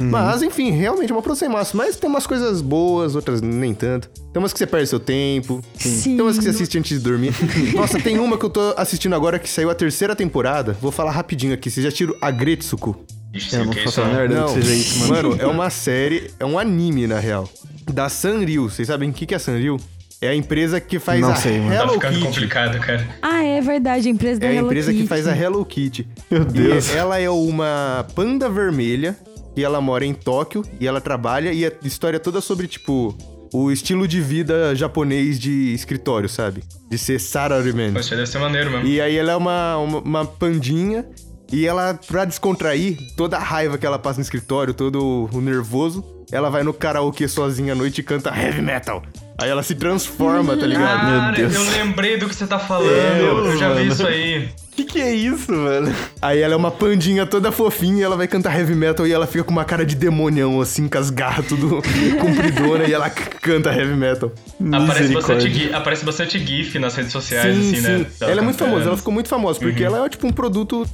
Speaker 3: Uhum.
Speaker 1: Mas, enfim, realmente é uma aproximação. Mas tem umas coisas boas, outras nem tanto. Tem umas que você perde seu tempo.
Speaker 4: Sim.
Speaker 1: Tem umas que você assiste antes de
Speaker 3: <laughs>
Speaker 1: dormir. Nossa, tem uma que eu tô assistindo agora que saiu a terceira temporada. Vou falar rapidinho aqui. Você já tira a Gretsuko?
Speaker 5: Ixi, sei
Speaker 3: Eu
Speaker 5: o
Speaker 3: não
Speaker 5: que é
Speaker 3: faço
Speaker 5: isso,
Speaker 3: a
Speaker 5: não.
Speaker 3: menor ideia do que seja isso, mano.
Speaker 1: Mano, é uma série, é um anime, na real. Da Sanrio. Vocês sabem o que que é a Sanrio? É a empresa que faz
Speaker 3: Não
Speaker 1: a
Speaker 3: sei, mano.
Speaker 5: Tá
Speaker 1: Hello
Speaker 5: ficando
Speaker 1: Kitty.
Speaker 5: complicado, cara.
Speaker 4: Ah, é verdade, a empresa da
Speaker 1: É a
Speaker 4: Hello
Speaker 1: empresa que
Speaker 4: Kitty.
Speaker 1: faz a Hello Kitty.
Speaker 3: Meu
Speaker 1: E
Speaker 3: Deus.
Speaker 1: ela é uma panda vermelha e ela mora em Tóquio e ela trabalha e a história é toda sobre, tipo, o estilo de vida japonês de escritório, sabe? De ser salaryman.
Speaker 5: Pô, Isso aí deve ser maneiro mesmo.
Speaker 1: E aí ela é uma, uma, uma pandinha e ela, pra descontrair toda a raiva que ela passa no escritório, todo o nervoso, ela vai no karaokê sozinha à noite e canta heavy metal. Aí ela se transforma, tá ligado?
Speaker 5: Cara,
Speaker 3: Meu Deus.
Speaker 5: eu lembrei do que você tá falando.
Speaker 1: É,
Speaker 3: Deus,
Speaker 5: eu já vi
Speaker 3: mano.
Speaker 5: isso aí.
Speaker 3: que que é isso, velho?
Speaker 1: Aí ela é uma pandinha toda fofinha, e ela vai cantar heavy metal e ela fica com uma cara de demonião, assim, com as garras tudo <laughs> compridona e ela c- canta heavy metal.
Speaker 5: Aparece bastante,
Speaker 3: Misericórdia.
Speaker 5: gif, aparece bastante GIF nas redes sociais, assim, né? Uhum.
Speaker 1: Ela é muito
Speaker 5: cantando.
Speaker 1: famosa, ela ficou muito famosa, porque ela é tipo um produto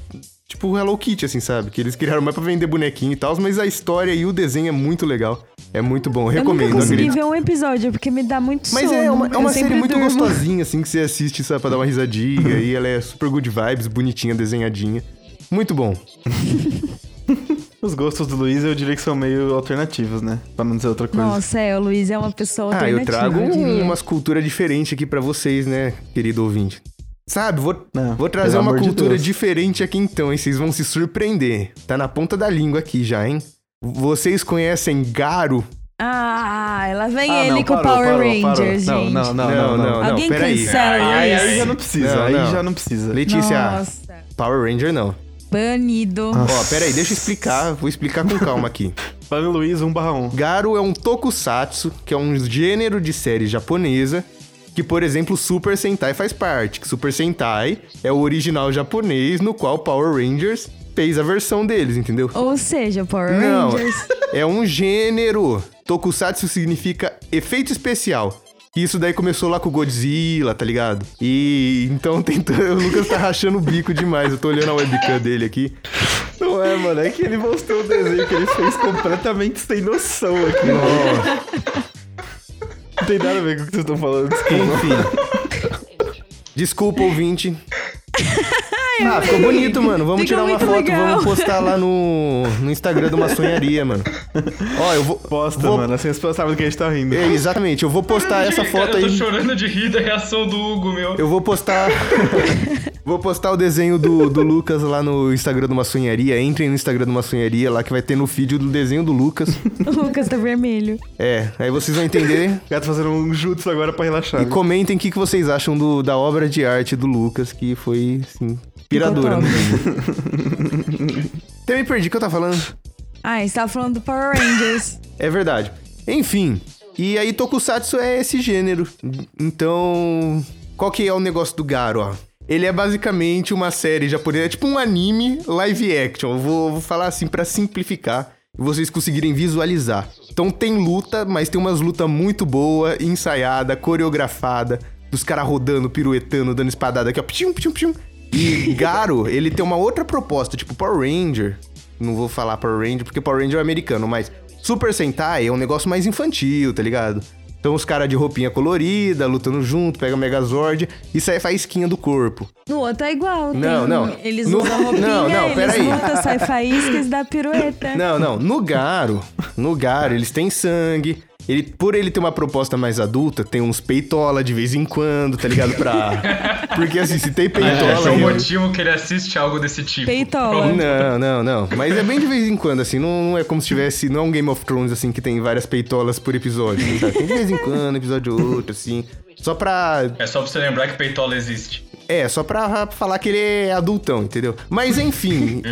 Speaker 1: tipo Hello Kitty, assim, sabe? Que eles criaram mais pra vender bonequinho e tal, mas a história e o desenho é muito legal. É muito bom, eu
Speaker 4: Eu nunca
Speaker 1: recomendo,
Speaker 4: consegui
Speaker 1: acredito.
Speaker 4: ver um episódio, porque me dá muito
Speaker 1: Mas
Speaker 4: sono.
Speaker 1: é uma, é
Speaker 4: Eu
Speaker 1: uma
Speaker 4: sempre
Speaker 1: série muito
Speaker 4: durmo.
Speaker 1: gostosinha, assim, que você assiste, sabe, pra dar uma risadinha,
Speaker 5: <laughs>
Speaker 1: e ela é super good vibes, bonitinha, desenhadinha. Muito bom.
Speaker 3: Os gostos do Luiz eu diria que são meio alternativos, né? Pra não dizer outra coisa.
Speaker 4: Nossa, é, o Luiz é uma pessoa
Speaker 1: Ah,
Speaker 4: alternativa,
Speaker 1: eu trago
Speaker 4: eu diria.
Speaker 1: umas culturas diferentes aqui pra vocês, né, querido ouvinte. Sabe, vou,
Speaker 3: Não,
Speaker 1: vou trazer
Speaker 3: Ah, pelo
Speaker 1: uma
Speaker 3: amor de
Speaker 1: cultura
Speaker 3: Deus.
Speaker 1: diferente aqui então, hein? Vocês vão se surpreender. Tá na ponta da língua aqui já, hein? Vocês conhecem Garo?
Speaker 4: Ah, ela vem
Speaker 3: Ah,
Speaker 4: ele
Speaker 3: não,
Speaker 4: com o
Speaker 3: parou,
Speaker 4: Power
Speaker 3: parou,
Speaker 4: Rangers,
Speaker 3: parou.
Speaker 4: gente.
Speaker 3: Não, não, não, não. não,
Speaker 1: não,
Speaker 4: Alguém
Speaker 1: peraí.
Speaker 4: cancela
Speaker 5: Ai, ai,
Speaker 4: isso.
Speaker 3: Aí já não precisa,
Speaker 1: Não,
Speaker 3: aí
Speaker 1: não.
Speaker 3: já não precisa.
Speaker 1: Letícia, Ah.
Speaker 4: Nossa,
Speaker 1: Power Ranger não.
Speaker 4: banido.
Speaker 1: Ó, peraí, deixa eu explicar, vou explicar com calma aqui.
Speaker 3: Vai no Luiz 1 barra 1.
Speaker 1: Garo é um tokusatsu, que é um gênero de série japonesa, que, por exemplo, Super Sentai faz parte. Que Super Sentai é o original japonês, no qual Power Rangers fez a versão deles, entendeu?
Speaker 4: Ou seja, Power
Speaker 1: Não,
Speaker 4: Rangers. <laughs>
Speaker 1: <laughs> é um gênero. Tokusatsu significa efeito especial. E Isso daí começou lá com o Godzilla, tá ligado? E então <laughs> tentando. O Lucas tá rachando o bico demais. Eu tô olhando a webcam dele aqui.
Speaker 3: Não é, mano, é que <laughs> ele mostrou o desenho que ele fez completamente sem noção aqui. Não tem nada a ver com o que vocês estão falando, desculpa.
Speaker 5: <laughs>
Speaker 1: Desculpa, ouvinte. ah, ficou bonito, mano. Vamos
Speaker 4: Ficou
Speaker 1: tirar uma
Speaker 4: muito
Speaker 1: foto,
Speaker 4: legal.
Speaker 1: vamos postar lá no, no Instagram do Maçonharia, mano. Ó, eu vou.
Speaker 3: Posta,
Speaker 1: vou-
Speaker 3: mano, assim as pessoas sabem do que a gente tá rindo.
Speaker 1: É, exatamente, eu vou postar essa
Speaker 5: Cara,
Speaker 1: foto aí.
Speaker 5: Eu tô chorando de rir da reação do Hugo, meu.
Speaker 1: Eu vou
Speaker 4: <laughs>
Speaker 1: postar. vou postar o desenho do, do Lucas lá no Instagram do Maçonharia. Entrem no Instagram do Maçonharia lá que vai ter no feed o do desenho do Lucas.
Speaker 4: O Lucas tá vermelho.
Speaker 1: É, aí vocês vão entender.
Speaker 3: O gato fazendo um jutsu agora pra relaxar.
Speaker 1: E comentem o que, que vocês acham do- da obra de arte do Lucas, que foi, assim, inspiradora. Né? Até me perdi o que eu tava falando.
Speaker 4: Ah, você tava falando do Power Rangers.
Speaker 1: É verdade. Enfim, e aí Tokusatsu é esse gênero. Então, qual que é o negócio do Garo, ó? Ele é basicamente uma série japonesa, é tipo um anime live action. Eu vou, vou falar assim pra simplificar e vocês conseguirem visualizar. Então tem luta, mas tem umas lutas muito boa, ensaiada, coreografada, dos caras rodando, piruetando, dando espadada aqui, ó. Pchum, pchum, pchum. E Garo, ele tem uma outra proposta, tipo Power Ranger. Não vou falar Power Ranger, porque Power Ranger é americano, mas Super Sentai é um negócio mais infantil, tá ligado? Então os caras de roupinha colorida, lutando junto, pega Megazord e sai faísquinha do corpo.
Speaker 4: No outro é igual. tem
Speaker 1: Não,
Speaker 4: um-
Speaker 1: não.
Speaker 4: Eles
Speaker 1: No-
Speaker 4: usam roupinha,
Speaker 1: Não, não,
Speaker 4: eles
Speaker 1: peraí.
Speaker 4: lutam, sai faíscas da pirueta.
Speaker 1: Não, não. No Garo, no Garo, eles têm sangue. Ele, por ele ter uma proposta mais adulta, tem uns peitola de vez em quando, tá ligado? Pra... Porque assim, se tem peitola...
Speaker 5: Esse é
Speaker 1: eu-
Speaker 5: o motivo que ele assiste algo desse tipo.
Speaker 4: Peitola.
Speaker 1: Não, não, não. Mas é bem de vez em quando, assim. Não, não é como se tivesse. Não é um Game of Thrones, assim, que tem várias peitolas por episódio. assim, Sabe? Tem de vez em quando, episódio outro, assim. Só pra.
Speaker 5: É só pra você lembrar que peitola existe.
Speaker 1: É, só pra falar que ele é adultão, entendeu? Mas enfim.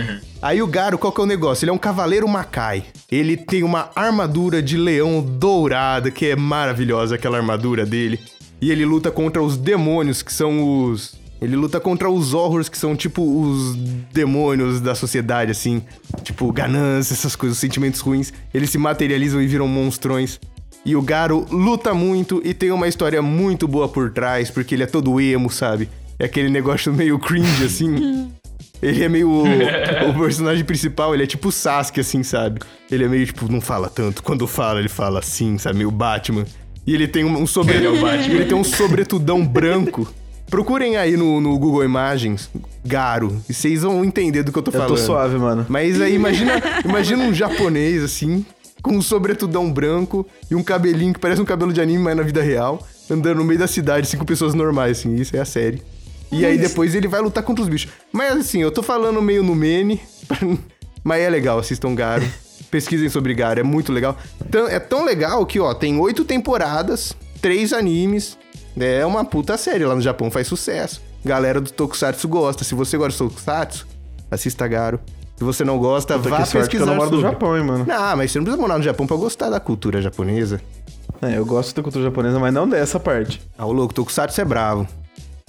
Speaker 1: aí o Garo, qual que é o negócio? Ele é um cavaleiro Macai. Ele tem uma armadura de leão dourada, que é maravilhosa aquela armadura dele. E ele luta contra os demônios, que são os. Ele luta contra os horrors, que são tipo os demônios da sociedade, assim. Tipo, ganância, essas coisas, sentimentos ruins. Eles se materializam e viram monstrões. E o Garo luta muito e tem uma história muito boa por trás, porque ele é todo emo, sabe? É aquele negócio meio cringe,
Speaker 5: <laughs>
Speaker 1: assim. Ele é meio. O, o personagem principal, ele é tipo o Sasuke, assim, sabe? Ele é meio tipo, não fala tanto. Quando fala, ele fala assim, sabe? Meio Batman. E ele tem um, um sobre...
Speaker 5: Ele é o Batman.
Speaker 1: Ele tem um sobretudão branco. Procurem aí no, no Google Imagens, Garo, e vocês vão entender do que eu tô
Speaker 3: Eu
Speaker 1: falando.
Speaker 3: tô suave, mano.
Speaker 1: Mas aí imagina, imagina um japonês assim, com um sobretudão branco e um cabelinho que parece um cabelo de anime, mas na vida real, andando no meio da cidade, assim, com pessoas normais, assim, isso é a série. E aí depois ele vai lutar contra os bichos. Mas assim, eu tô falando meio no meme, <laughs> mas é legal, assistam
Speaker 3: <laughs>
Speaker 1: Garo. Pesquisem sobre Garo, é muito legal. Tão- é tão legal que, ó, tem oito temporadas, três animes. É uma puta série lá no Japão, faz sucesso. Galera do Tokusatsu gosta. Se você gosta do Tokusatsu, Assista Garo. Se você não gosta,
Speaker 3: Puta,
Speaker 1: vá
Speaker 3: que sorte que
Speaker 1: pesquisar
Speaker 3: eu não moro no
Speaker 1: sobre.
Speaker 3: Japão, né? hein, mano.
Speaker 1: Não, mas você não precisa morar no Japão pra gostar da cultura japonesa.
Speaker 3: É, eu gosto da cultura japonesa, mas não dessa parte.
Speaker 1: Ah, o louco, Tokusatsu é bravo.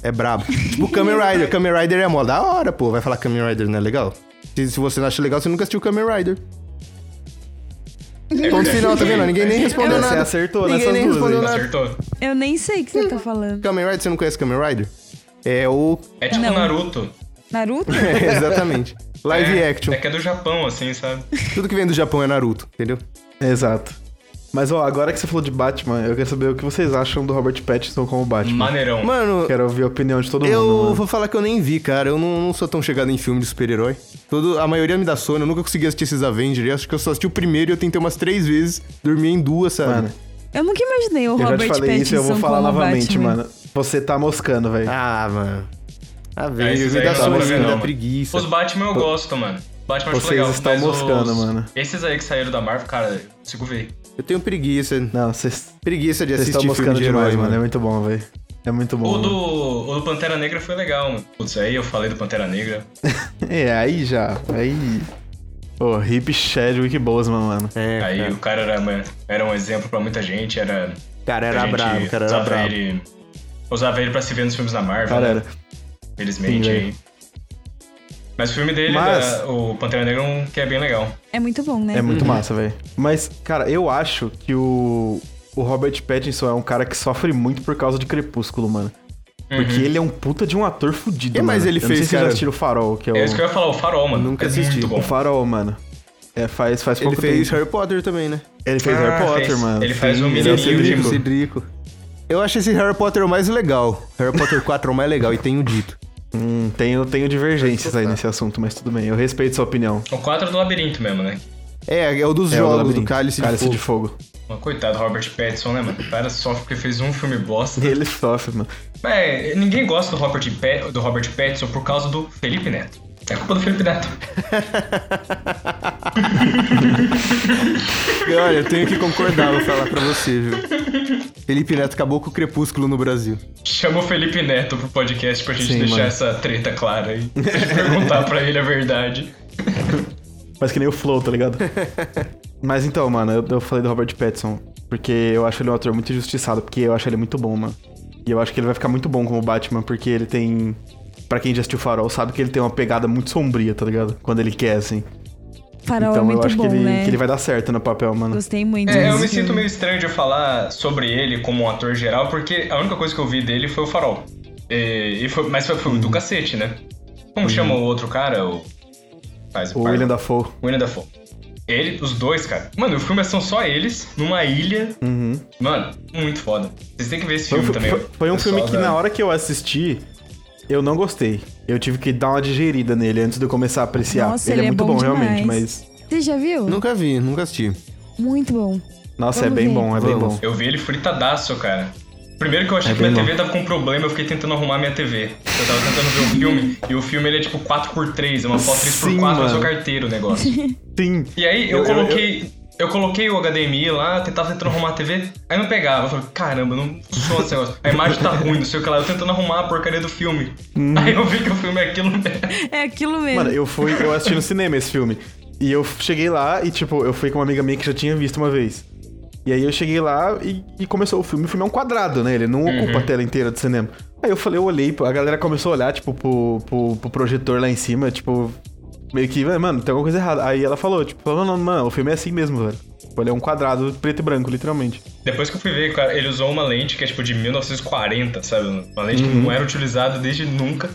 Speaker 1: É brabo. tipo Kamen Rider. Kamen Rider é mó da hora, pô. Vai falar Kamen Rider não é legal? Se, se você não acha legal, você nunca assistiu Kamen Rider. Ponto final, tá vendo? Ninguém nem respondeu
Speaker 3: É Você
Speaker 1: nada.
Speaker 3: acertou
Speaker 1: Ninguém
Speaker 3: nessas
Speaker 1: nem
Speaker 3: duas
Speaker 1: respondeu
Speaker 3: aí.
Speaker 1: nada.
Speaker 5: Acertou?
Speaker 4: Eu nem sei o que você tá falando.
Speaker 1: Kamen Rider, você não conhece Kamen Rider? É o... <laughs>
Speaker 5: É tipo
Speaker 4: Não.
Speaker 5: Naruto.
Speaker 4: Naruto?
Speaker 1: É, exatamente. Live
Speaker 5: é,
Speaker 1: action.
Speaker 5: É que é do Japão, assim, sabe?
Speaker 1: Tudo que vem do Japão é Naruto, entendeu?
Speaker 3: Exato. Mas, ó, agora que você falou de Batman, eu quero saber o que vocês acham do Robert Pattinson como Batman.
Speaker 5: Maneirão.
Speaker 1: Mano,
Speaker 3: Quero ouvir a opinião de todo mundo.
Speaker 1: Eu
Speaker 3: mano.
Speaker 1: vou falar que eu nem vi, cara. Eu não, não sou tão chegado em filme de super-herói. Todo- A maioria me dá sono. Eu nunca consegui assistir esses Avengers. Eu acho que eu só assisti o primeiro e eu tentei umas três vezes. Dormi em duas, sabe?
Speaker 3: Mano,
Speaker 4: Eu nunca imaginei o
Speaker 3: eu já
Speaker 4: Robert
Speaker 3: te falei
Speaker 4: Pattinson
Speaker 3: isso e eu vou falar
Speaker 4: como
Speaker 3: novamente,
Speaker 4: Batman.
Speaker 3: mano. Você tá moscando, velho.
Speaker 1: Ah, mano.
Speaker 5: É,
Speaker 1: Avengers
Speaker 5: esses
Speaker 1: me
Speaker 5: aí
Speaker 1: dá
Speaker 5: não dá
Speaker 1: sono,
Speaker 5: pra ver,
Speaker 1: me
Speaker 5: não,
Speaker 1: dá
Speaker 5: mano.
Speaker 1: preguiça.
Speaker 5: Os Batman eu gosto, mano. Batman eu acho
Speaker 3: Vocês
Speaker 5: legal.
Speaker 3: estão
Speaker 5: mas
Speaker 3: moscando,
Speaker 5: os-
Speaker 3: mano.
Speaker 5: Esses aí que saíram da Marvel, cara, eu consigo ver.
Speaker 1: Eu tenho preguiça.
Speaker 3: Não, vocês
Speaker 1: Preguiça de
Speaker 3: vocês estão
Speaker 1: assistir filme
Speaker 3: moscando
Speaker 1: de
Speaker 3: demais,
Speaker 1: herói,
Speaker 3: mano. É
Speaker 1: mano.
Speaker 3: muito bom, velho. É muito bom.
Speaker 5: O
Speaker 3: mano.
Speaker 5: do, o do Pantera Negra foi legal, mano. Putz, aí eu falei do Pantera Negra.
Speaker 3: <laughs> É, aí já. Aí. Ô, Hip Chadwick Boseman, mano.
Speaker 1: É,
Speaker 5: aí
Speaker 1: cara.
Speaker 5: o cara era, uma- era um exemplo pra muita gente, era...
Speaker 1: cara era
Speaker 5: a gente
Speaker 1: bravo, o cara era
Speaker 5: usava
Speaker 1: bravo.
Speaker 5: Ele, né? usava ele pra se ver nos filmes da Marvel, né?
Speaker 3: Galera,
Speaker 5: Felizmente
Speaker 3: Sim,
Speaker 5: aí. Mas o filme dele,
Speaker 3: Mas-
Speaker 5: da- o Pantera Negra, é um que é bem legal.
Speaker 4: É muito bom, né?
Speaker 3: é muito
Speaker 1: Uhum.
Speaker 3: massa, velho. Mas, cara, eu acho que o, o Robert Pattinson é um cara que sofre muito por causa de Crepúsculo, mano. Porque
Speaker 5: Uhum.
Speaker 3: ele é um puta de um ator fudido,
Speaker 1: É, mas
Speaker 3: mano.
Speaker 1: ele
Speaker 3: eu não
Speaker 1: fez,
Speaker 3: sei se vocês
Speaker 1: cara-
Speaker 3: assistiram o Farol, que é o...
Speaker 5: É isso que eu ia falar, o Farol, mano.
Speaker 1: Nunca
Speaker 5: é
Speaker 1: assisti.
Speaker 5: muito bom.
Speaker 3: O Farol, mano. É, faz, faz
Speaker 1: Ele
Speaker 3: pouco
Speaker 1: fez
Speaker 3: tempo.
Speaker 1: Harry Potter também, né?
Speaker 3: Ele fez
Speaker 5: Ah,
Speaker 3: Harry Potter,
Speaker 5: fez.
Speaker 3: mano.
Speaker 5: Ele faz um
Speaker 3: ele é o
Speaker 5: menininho
Speaker 3: Cedrico.
Speaker 5: de-
Speaker 1: Cedrico. Eu acho esse Harry Potter o mais legal. Harry Potter 4 é o mais legal, e tenho dito.
Speaker 3: Hum, tenho, tenho divergências aí nesse assunto, mas tudo bem. Eu respeito sua opinião.
Speaker 5: O 4 do labirinto mesmo, né?
Speaker 1: É, é o dos
Speaker 3: É, o
Speaker 1: jogos do
Speaker 3: labirinto.
Speaker 1: Cálice,
Speaker 3: Cálice
Speaker 1: de
Speaker 3: de
Speaker 1: Fogo.
Speaker 3: Fogo.
Speaker 5: Mas Coitado do Robert Pattinson, né, mano? O cara sofre porque fez um filme bosta.
Speaker 3: Ele sofre, mano.
Speaker 5: É, ninguém gosta do Robert, Pa- do Robert Pattinson por causa do Felipe Neto. É culpa do Felipe Neto.
Speaker 1: E Olha, eu tenho que concordar, vou falar pra você, viu? Felipe Neto acabou com o crepúsculo no Brasil.
Speaker 5: Chama o Felipe Neto pro podcast pra gente
Speaker 3: Sim,
Speaker 5: deixar
Speaker 3: mano.
Speaker 5: essa treta clara aí. <laughs> Pra gente perguntar pra ele a verdade.
Speaker 3: Mas que nem o Flow, tá ligado? <laughs> Mas então, mano, eu, eu falei do Robert Pattinson. Porque eu acho ele um ator muito injustiçado. Porque eu acho ele muito bom, mano. E eu acho que ele vai ficar muito bom como Batman. Porque ele tem. Pra quem já assistiu Farol, sabe que ele tem uma pegada muito sombria, tá ligado? Quando ele quer, assim.
Speaker 4: Farol
Speaker 3: então
Speaker 4: é
Speaker 3: eu
Speaker 4: muito
Speaker 3: acho
Speaker 4: bom,
Speaker 3: que, ele,
Speaker 4: né?
Speaker 3: que ele vai dar certo no papel, mano.
Speaker 4: Gostei muito.
Speaker 5: É, eu me
Speaker 4: desse
Speaker 5: sinto
Speaker 4: filme.
Speaker 5: meio estranho de falar sobre ele como um
Speaker 3: Uhum.
Speaker 5: ator geral, porque a única coisa que eu vi dele foi o Farol. E, e foi, mas foi um filme do cacete, né? Como chama o outro cara? O. Faz
Speaker 3: O
Speaker 5: par-
Speaker 3: William Dafoe.
Speaker 5: William Dafoe. Ele, os dois, cara. Mano, o filme são só eles, numa ilha.
Speaker 3: Uhum.
Speaker 5: Mano, muito foda. Vocês têm que ver esse
Speaker 3: Foi, um
Speaker 5: filme
Speaker 3: fi-
Speaker 5: também. né?
Speaker 3: foi- foi um
Speaker 5: Pessoal
Speaker 3: filme que
Speaker 5: da-
Speaker 3: na hora que eu assisti, eu não gostei. Eu tive que dar uma digerida nele antes de eu começar a apreciar.
Speaker 4: Nossa, ele é
Speaker 3: muito
Speaker 4: bom
Speaker 3: realmente,
Speaker 4: demais.
Speaker 3: mas.
Speaker 4: Você já viu?
Speaker 1: Nunca vi, nunca assisti.
Speaker 4: Muito bom.
Speaker 3: Nossa,
Speaker 4: Vamos
Speaker 3: é bem
Speaker 4: ver.
Speaker 3: bom, é bem
Speaker 1: Vamos.
Speaker 3: bom.
Speaker 5: Eu vi ele fritadaço, cara. Primeiro que
Speaker 3: É
Speaker 5: eu achei que minha TV tava com problema, eu fiquei tentando arrumar minha TV. Eu tava tentando ver o filme, e o filme ele é tipo 4x3, é uma foto
Speaker 3: Sim,
Speaker 5: 3x4, eu
Speaker 3: mano.
Speaker 5: sou carteiro o negócio.
Speaker 3: Sim.
Speaker 5: E aí eu,
Speaker 3: Eu- eu-
Speaker 5: coloquei. Eu, coloquei o HDMI lá, tentava tentando arrumar a TV, aí não pegava. Eu falei, caramba, não funciona esse negócio. A imagem tá ruim, não sei o que lá. Eu tentando arrumar a porcaria do filme.
Speaker 3: Hum.
Speaker 5: Aí eu vi que o filme é aquilo mesmo.
Speaker 4: É aquilo mesmo.
Speaker 3: Mano, eu fui, eu assisti no cinema esse filme. E eu cheguei lá e, tipo, eu fui com uma amiga minha que já tinha visto uma vez. E aí eu cheguei lá e, e começou o filme. O filme é um quadrado, né? Ele não ocupa a tela inteira do cinema. Aí eu falei, eu olhei, pô, a galera começou a olhar, tipo, pro, pro, pro projetor lá em cima, tipo, meio que, "Ah, mano, tem alguma coisa errada. Aí ela falou, tipo, falou, não, não, mano, o filme é assim mesmo, velho. Tipo, ele é um quadrado preto e branco, literalmente.
Speaker 5: Depois que eu fui ver, cara, ele usou uma lente que é tipo de 1940, sabe? Uma lente
Speaker 3: Uhum.
Speaker 5: que não era utilizada desde nunca.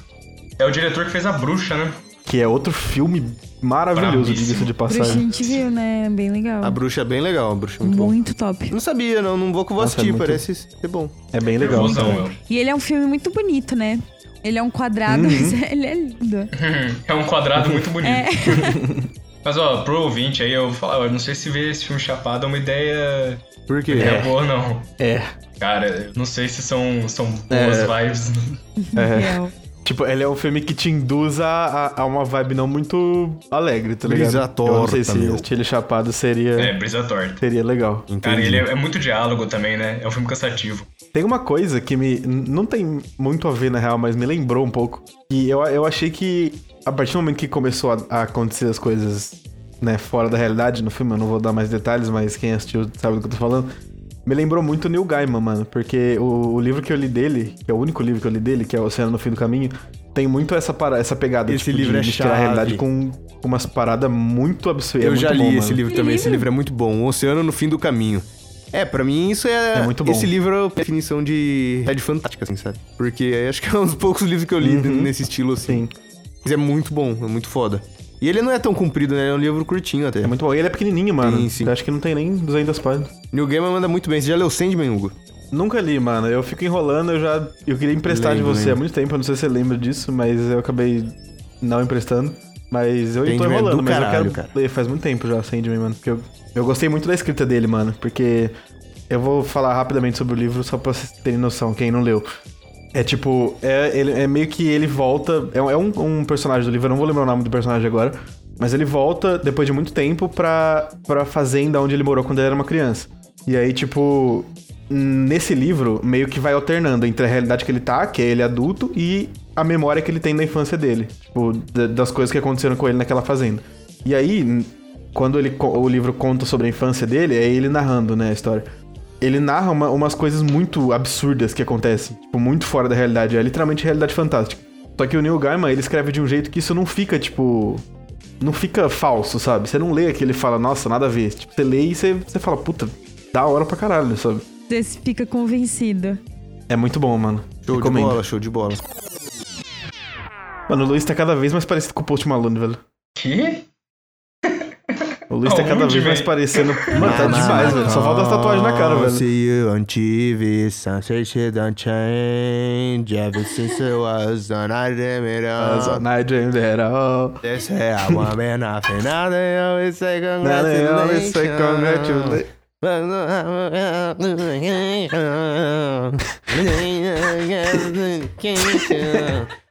Speaker 5: É o diretor que fez a bruxa, né?
Speaker 3: Que é outro filme maravilhoso,
Speaker 5: Bravíssimo.
Speaker 3: diga-se
Speaker 4: Bruxa
Speaker 3: de
Speaker 4: a
Speaker 3: passagem.
Speaker 4: gente viu, né? Bem legal.
Speaker 1: A bruxa é bem legal, a bruxa é muito, bom.
Speaker 4: Muito top.
Speaker 1: Não sabia, não, não vou que eu vou
Speaker 3: Nossa,
Speaker 1: assistir,
Speaker 3: é muito-
Speaker 1: parece ser bom.
Speaker 3: É bem legal.
Speaker 5: Nervosão,
Speaker 3: cara.
Speaker 5: eu.
Speaker 4: E ele é um filme muito bonito, né? Ele é um quadrado,
Speaker 3: Uhum.
Speaker 4: mas <laughs> ele é lindo.
Speaker 5: É um quadrado muito bonito.
Speaker 4: É.
Speaker 5: Mas ó, pro ouvinte aí, eu vou falar, eu não sei se ver esse filme chapado é uma ideia
Speaker 1: Por quê?
Speaker 5: é. boa ou não.
Speaker 3: É.
Speaker 5: Cara, eu não sei se são, são boas vibes.
Speaker 4: Real.
Speaker 3: Tipo, ele é um filme que te induz a, a, a uma vibe não muito alegre, tá ligado?
Speaker 1: Brisa
Speaker 3: Eu não sei
Speaker 1: torta, meu.
Speaker 3: se Chile Chapado seria,
Speaker 5: É, brisa torta.
Speaker 3: seria legal.
Speaker 5: Cara, ele é, é muito diálogo também, né? É um filme cansativo.
Speaker 3: Tem uma coisa que me. n- Não tem muito a ver, na real, mas me lembrou um pouco. E eu, eu achei que a partir do momento que começou a, a acontecer as coisas, né, fora da realidade no filme, eu não vou dar mais detalhes, mas quem assistiu sabe do que eu tô falando. Me lembrou muito o Neil Gaiman, mano, porque o, o livro que eu li dele, que é o único livro que eu li dele, que é Oceano no Fim do Caminho, tem muito essa, para, essa pegada
Speaker 1: Esse
Speaker 3: tipo, de
Speaker 1: livro é
Speaker 3: misturar a
Speaker 1: chave.
Speaker 3: realidade com com umas paradas muito absurdas.
Speaker 1: Eu já li esse livro
Speaker 4: Que
Speaker 1: também. Esse
Speaker 4: livro?
Speaker 1: livro é muito bom. O Oceano no Fim do Caminho. É, pra mim isso é.
Speaker 3: É muito bom.
Speaker 1: Esse livro é a definição de. É de fantástica, assim, sabe? Porque é, acho que é um dos poucos livros que eu li nesse estilo, assim.
Speaker 3: Uhum. Sim.
Speaker 1: Mas é muito bom, é muito foda. E ele não é tão comprido, né? É um livro curtinho até.
Speaker 3: É muito bom. E ele é pequenininho, mano.
Speaker 1: Sim, sim.
Speaker 3: Eu acho que não tem nem 200 páginas.
Speaker 1: New Gamer manda muito bem. Você já leu Sandman, Hugo?
Speaker 3: Nunca li, mano. Eu fico enrolando, eu já. Eu queria emprestar
Speaker 1: Lembro,
Speaker 3: de você há
Speaker 1: lembro.
Speaker 3: muito tempo, eu não sei se você lembra disso, mas eu acabei não emprestando. Mas eu tô
Speaker 1: Sandman é
Speaker 3: enrolando,
Speaker 1: do
Speaker 3: mas
Speaker 1: caralho,
Speaker 3: eu quero
Speaker 1: cara.
Speaker 3: ler faz muito tempo já, Sandman, mano. Porque eu, eu gostei muito da escrita dele, mano. Porque eu vou falar rapidamente sobre o livro só pra vocês terem noção, quem não leu. É tipo, é, ele, é meio que ele volta. É, um- é um, um personagem do livro, eu não vou lembrar o nome do personagem agora. Mas ele volta depois de muito tempo pra, pra fazenda onde ele morou quando ele era uma criança. E aí, tipo, nesse livro, meio que vai alternando entre a realidade que ele tá, que é ele adulto, e a memória que ele tem da infância dele. Tipo, da- das coisas que aconteceram com ele naquela fazenda. E aí, n- quando ele, co- o livro conta sobre a infância dele, é ele narrando, né, a história ele narra uma- umas coisas muito absurdas que acontecem, tipo, muito fora da realidade. É literalmente realidade fantástica. Só que o Neil Gaiman, ele escreve de um jeito que isso não fica, tipo. Não fica falso, sabe? Você não lê aquele e fala, nossa, nada a ver. Tipo, você lê e você, você fala, puta, da hora pra caralho, sabe?
Speaker 4: Você fica convencido.
Speaker 3: É muito bom, mano.
Speaker 1: Show de
Speaker 3: Recomendo.
Speaker 1: bola, show de bola.
Speaker 3: Mano, o Luiz tá cada vez mais parecido com o Post Malone, velho.
Speaker 5: Que?
Speaker 3: O Luiz tá cada
Speaker 5: Aonde,
Speaker 3: vez mais
Speaker 5: velho?
Speaker 3: parecendo. Mano, tá demais, velho. Só falta as tatuagens na cara, velho.
Speaker 1: See you on TV, sunset shit don't change. Ever since I was on a dreamer
Speaker 3: As
Speaker 1: of-
Speaker 3: on I dreamed that all.
Speaker 1: This hair, I want me nothing. Now they always say
Speaker 3: Now they always say
Speaker 1: é um congratulations.
Speaker 3: é um congratulations.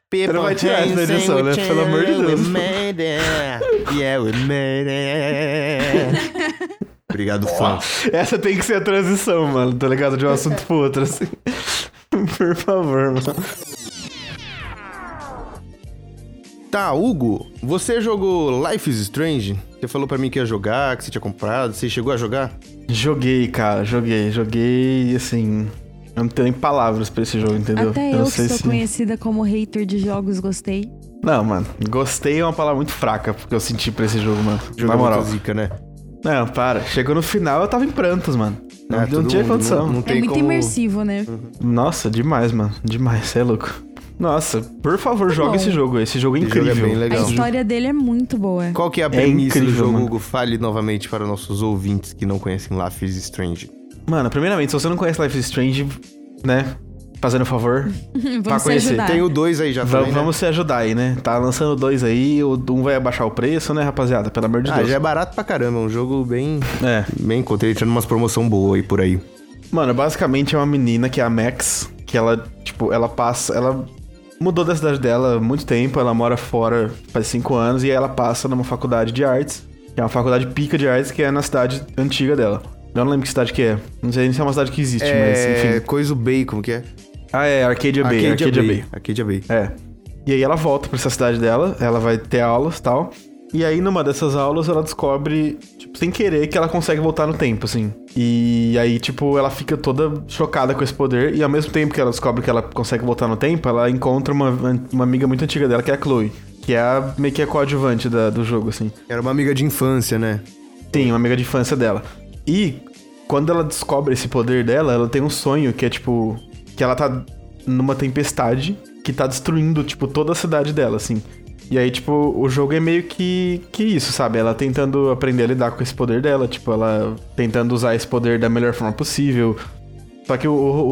Speaker 1: People
Speaker 3: não vai tirar isso da edição, né? Pelo amor de Deus.
Speaker 1: We made it. Yeah, we made it. Obrigado, fã.
Speaker 3: Essa tem que ser a transição, mano, tá ligado? De um assunto pro outro, assim. <laughs> Por favor, mano.
Speaker 1: Tá, Hugo, você jogou Life is Strange? Você falou pra mim que ia jogar, que você tinha comprado. Você chegou a jogar?
Speaker 3: Joguei, cara, joguei. Joguei, assim. Eu não tenho nem palavras pra esse jogo, entendeu?
Speaker 4: Até eu,
Speaker 3: não
Speaker 4: que sou conhecida como hater de jogos, gostei.
Speaker 3: Não, mano. Gostei é uma palavra muito fraca porque eu senti pra esse jogo, mano. Na moral.
Speaker 1: muito zica, né?
Speaker 3: Não, para. Chegou no final, eu tava em prantos, mano. Não,
Speaker 1: É,
Speaker 3: não
Speaker 1: todo
Speaker 3: tinha
Speaker 1: mundo,
Speaker 3: condição.
Speaker 1: Não, não
Speaker 4: É
Speaker 1: tem
Speaker 4: muito
Speaker 1: como...
Speaker 4: imersivo, né?
Speaker 3: Nossa, demais, mano. Demais, você é louco. Nossa, por favor, joga
Speaker 4: Tá bom.
Speaker 3: esse jogo. Esse jogo é
Speaker 1: Esse jogo é
Speaker 3: incrível.
Speaker 1: bem legal.
Speaker 4: A história dele é muito boa.
Speaker 1: Qual que é a
Speaker 3: É
Speaker 1: premissa do
Speaker 3: incrível,
Speaker 1: jogo,
Speaker 3: mano.
Speaker 1: Hugo? Fale novamente para nossos ouvintes que não conhecem Life is Strange.
Speaker 3: Mano, primeiramente, se você não conhece Life is Strange, né? Fazendo
Speaker 1: <laughs>
Speaker 3: um favor,
Speaker 4: <laughs>
Speaker 3: pra
Speaker 4: Vamos se
Speaker 3: conhecer.
Speaker 4: ajudar.
Speaker 3: Tá.
Speaker 1: Tem o 2 aí já
Speaker 3: va-
Speaker 1: também, né?
Speaker 3: vamos se ajudar aí, né? Tá lançando dois aí, o- um vai abaixar o preço, né, rapaziada? Pelo amor de
Speaker 1: Ah,
Speaker 3: Deus.
Speaker 1: já é barato pra caramba. É um jogo bem...
Speaker 3: É.
Speaker 1: Bem, encontrei tirando umas promoção boa aí por aí.
Speaker 3: Mano, basicamente é uma menina que é a Max, que ela, tipo, ela passa. Ela mudou da cidade dela há muito tempo, ela mora fora faz cinco anos, e aí ela passa numa faculdade de artes, que é uma faculdade pica de artes, que é na cidade antiga dela. Eu não lembro que cidade que é. Não sei nem se é uma cidade que existe, mas
Speaker 1: É...
Speaker 3: enfim.
Speaker 1: Coisa Bay, como que é?
Speaker 3: Ah, é, Arcadia Bay. Arcadia, Bay.
Speaker 1: Arcadia Bay.
Speaker 3: É. E aí ela volta pra essa cidade dela, ela vai ter aulas e tal. E aí numa dessas aulas ela descobre, tipo, sem querer, que ela consegue voltar no tempo, assim. E aí, tipo, ela fica toda chocada com esse poder. E ao mesmo tempo que ela descobre que ela consegue voltar no tempo, ela encontra uma, uma amiga muito antiga dela, que é a Chloe. Que é a, meio que a coadjuvante da- do jogo, assim.
Speaker 1: Era uma amiga de infância, né?
Speaker 3: Sim, uma amiga de infância dela. E quando ela descobre esse poder dela, ela tem um sonho que é tipo. Que ela tá numa tempestade que tá destruindo, tipo, toda a cidade dela, assim. E aí, tipo, o jogo é meio que, que isso, sabe? Ela tentando aprender a lidar com esse poder dela, tipo, ela tentando usar esse poder da melhor forma possível. Só que o, o,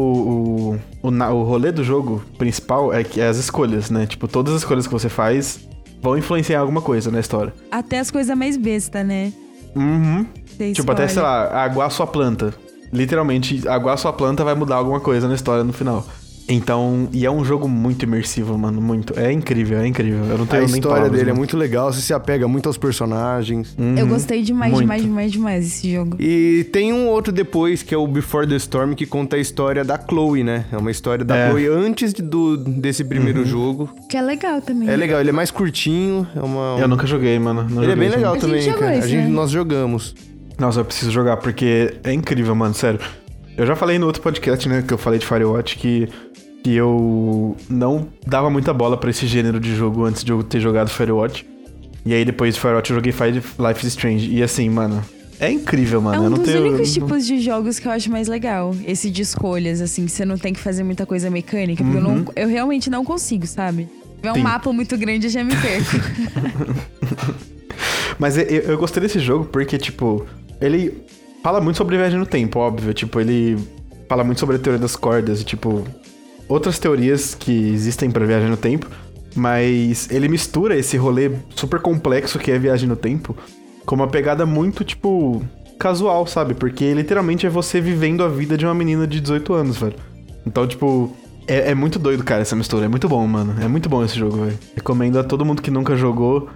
Speaker 3: o, o, na- o rolê do jogo principal é, que, é as escolhas, né? Tipo, todas as escolhas que você faz vão influenciar alguma coisa na história.
Speaker 4: Até as coisas mais besta, né?
Speaker 3: Uhum.
Speaker 4: Você
Speaker 3: Tipo, até,
Speaker 4: escolhe.
Speaker 3: sei lá, aguar sua planta. Literalmente, aguar sua planta vai mudar alguma coisa na história no final. Então, e é um jogo muito imersivo, mano, muito. É incrível, é incrível. Eu não
Speaker 1: A
Speaker 3: tenho nem
Speaker 1: história
Speaker 3: palavras, né?
Speaker 1: dele é
Speaker 3: mano.
Speaker 1: muito legal, você se apega muito aos personagens.
Speaker 3: Hum.
Speaker 4: Eu gostei demais,
Speaker 3: muito.
Speaker 4: demais, demais, demais esse jogo.
Speaker 1: E tem um outro depois, que é o Before the Storm, que conta a história da Chloe, né? É uma história da
Speaker 3: É. Uhum.
Speaker 1: Chloe antes de- do, desse primeiro jogo.
Speaker 4: Que é legal também.
Speaker 1: É legal, ele é mais curtinho, é uma...
Speaker 3: Eu nunca joguei, mano. não
Speaker 1: Ele é
Speaker 3: joguei
Speaker 1: bem
Speaker 3: esse
Speaker 1: legal
Speaker 4: A gente
Speaker 1: também,
Speaker 4: jogou
Speaker 1: cara.
Speaker 4: esse,
Speaker 1: a gente,
Speaker 4: né?
Speaker 1: Nós jogamos.
Speaker 3: Nossa, eu preciso jogar, porque é incrível, mano, sério. Eu já falei no outro podcast, né, que eu falei de Firewatch, que, que eu não dava muita bola pra esse gênero de jogo antes de eu ter jogado Firewatch. E aí depois de Firewatch eu joguei Fire- Life is Strange. E assim, mano, é incrível, mano.
Speaker 4: É
Speaker 3: eu
Speaker 4: um
Speaker 3: não
Speaker 4: dos
Speaker 3: tenho...
Speaker 4: únicos tipos de jogos que eu acho mais legal. Esse de escolhas, assim, que você não tem que fazer muita coisa mecânica. Porque eu, não- eu realmente não consigo, sabe? Se tiver um
Speaker 3: Uhum. Sim.
Speaker 4: mapa muito grande, eu já me perco.
Speaker 3: <laughs> Mas eu, eu gostei desse jogo porque, tipo, ele fala muito sobre viagem no tempo, óbvio. Tipo, ele fala muito sobre a teoria das cordas e, tipo, outras teorias que existem pra viagem no tempo. Mas ele mistura esse rolê super complexo que é viagem no tempo com uma pegada muito, tipo, casual, sabe? Porque literalmente é você vivendo a vida de uma menina de 18 anos, velho. Então, tipo, é, é muito doido, cara, essa mistura. É muito bom, mano. É muito bom esse jogo, velho. Recomendo a todo mundo que nunca jogou.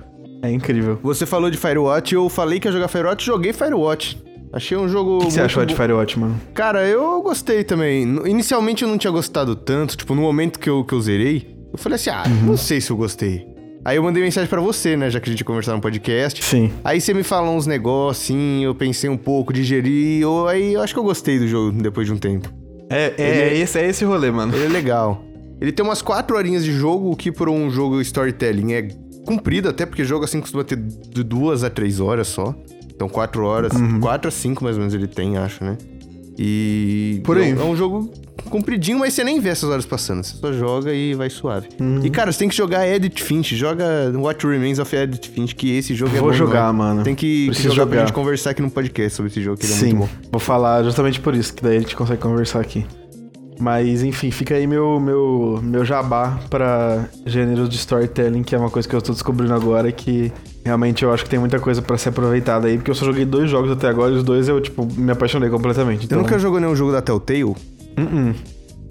Speaker 3: É incrível.
Speaker 1: Você falou de Firewatch, eu falei que ia jogar Firewatch, joguei Firewatch. Achei um jogo.
Speaker 3: O que você
Speaker 1: muito
Speaker 3: achou de
Speaker 1: bo-
Speaker 3: Firewatch, mano?
Speaker 1: Cara, eu gostei também. No- Inicialmente eu não tinha gostado tanto, tipo, no momento que eu, que eu zerei, eu falei assim, ah,
Speaker 3: Uhum.
Speaker 1: não sei se eu gostei. Aí eu mandei mensagem pra você, né, já que a gente ia conversar no podcast.
Speaker 3: Sim.
Speaker 1: Aí você me falou uns negócios, assim, eu pensei um pouco, digeri, eu, aí eu acho que eu gostei do jogo depois de um tempo.
Speaker 3: É, é, esse, é esse rolê, mano.
Speaker 1: Ele é legal. Ele tem umas 4 horinhas de jogo, o que por um jogo storytelling é comprido, até porque jogo assim costuma ter de 2 a 3 horas só. Então 4 horas,
Speaker 3: Uhum.
Speaker 1: 4 a 5 mais ou menos ele tem, acho, né? E.
Speaker 3: Por aí.
Speaker 1: É um, é um jogo compridinho, mas você nem vê essas horas passando. Você só joga e vai suave.
Speaker 3: Uhum.
Speaker 1: E cara, você tem que jogar Edith Finch. Joga What Remains of Edith Finch, que esse jogo é
Speaker 3: Vou
Speaker 1: bom
Speaker 3: jogar,
Speaker 1: demais.
Speaker 3: mano.
Speaker 1: Tem que, que
Speaker 3: Preciso
Speaker 1: jogar, pra
Speaker 3: jogar.
Speaker 1: gente conversar aqui no podcast sobre esse jogo, que ele é
Speaker 3: Sim.
Speaker 1: muito bom.
Speaker 3: Vou falar justamente por isso, que daí a gente consegue conversar aqui. Mas, enfim, fica aí meu, meu, meu jabá pra gênero de storytelling, que é uma coisa que eu tô descobrindo agora, que realmente eu acho que tem muita coisa pra ser aproveitada aí, porque eu só joguei dois jogos até agora e os dois eu, tipo, me apaixonei completamente.
Speaker 1: Você
Speaker 3: Então,
Speaker 1: nunca jogou nenhum jogo da Telltale?
Speaker 3: Uh-uh.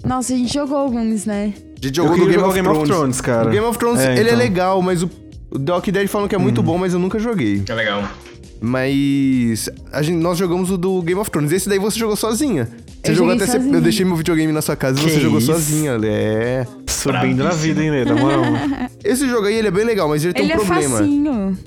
Speaker 4: Nossa, a gente jogou alguns, né?
Speaker 1: A gente jogou
Speaker 3: Eu
Speaker 1: no
Speaker 3: queria
Speaker 1: Game,
Speaker 3: jogar
Speaker 1: of,
Speaker 3: Game of
Speaker 1: Thrones.
Speaker 3: Thrones, cara.
Speaker 1: O Game of Thrones,
Speaker 3: É,
Speaker 1: ele é
Speaker 3: então. Uhum.
Speaker 1: legal, mas o, o The Walking Dead falam que é muito bom, mas eu nunca joguei.
Speaker 5: É legal.
Speaker 1: Mas a gente, nós jogamos o do Game of Thrones. Esse daí você jogou sozinha. Você
Speaker 4: Eu
Speaker 1: jogou
Speaker 4: joguei
Speaker 1: até você-
Speaker 4: sozinha.
Speaker 1: eu deixei meu videogame na sua casa e
Speaker 3: Que
Speaker 1: você jogou
Speaker 3: isso?
Speaker 1: sozinha. É.
Speaker 3: Subindo na vida, hein, Lê? Na moral. <laughs>
Speaker 1: Esse jogo aí ele é bem legal, mas ele tem
Speaker 4: Ele
Speaker 1: um
Speaker 4: é
Speaker 1: problema.
Speaker 4: facinho.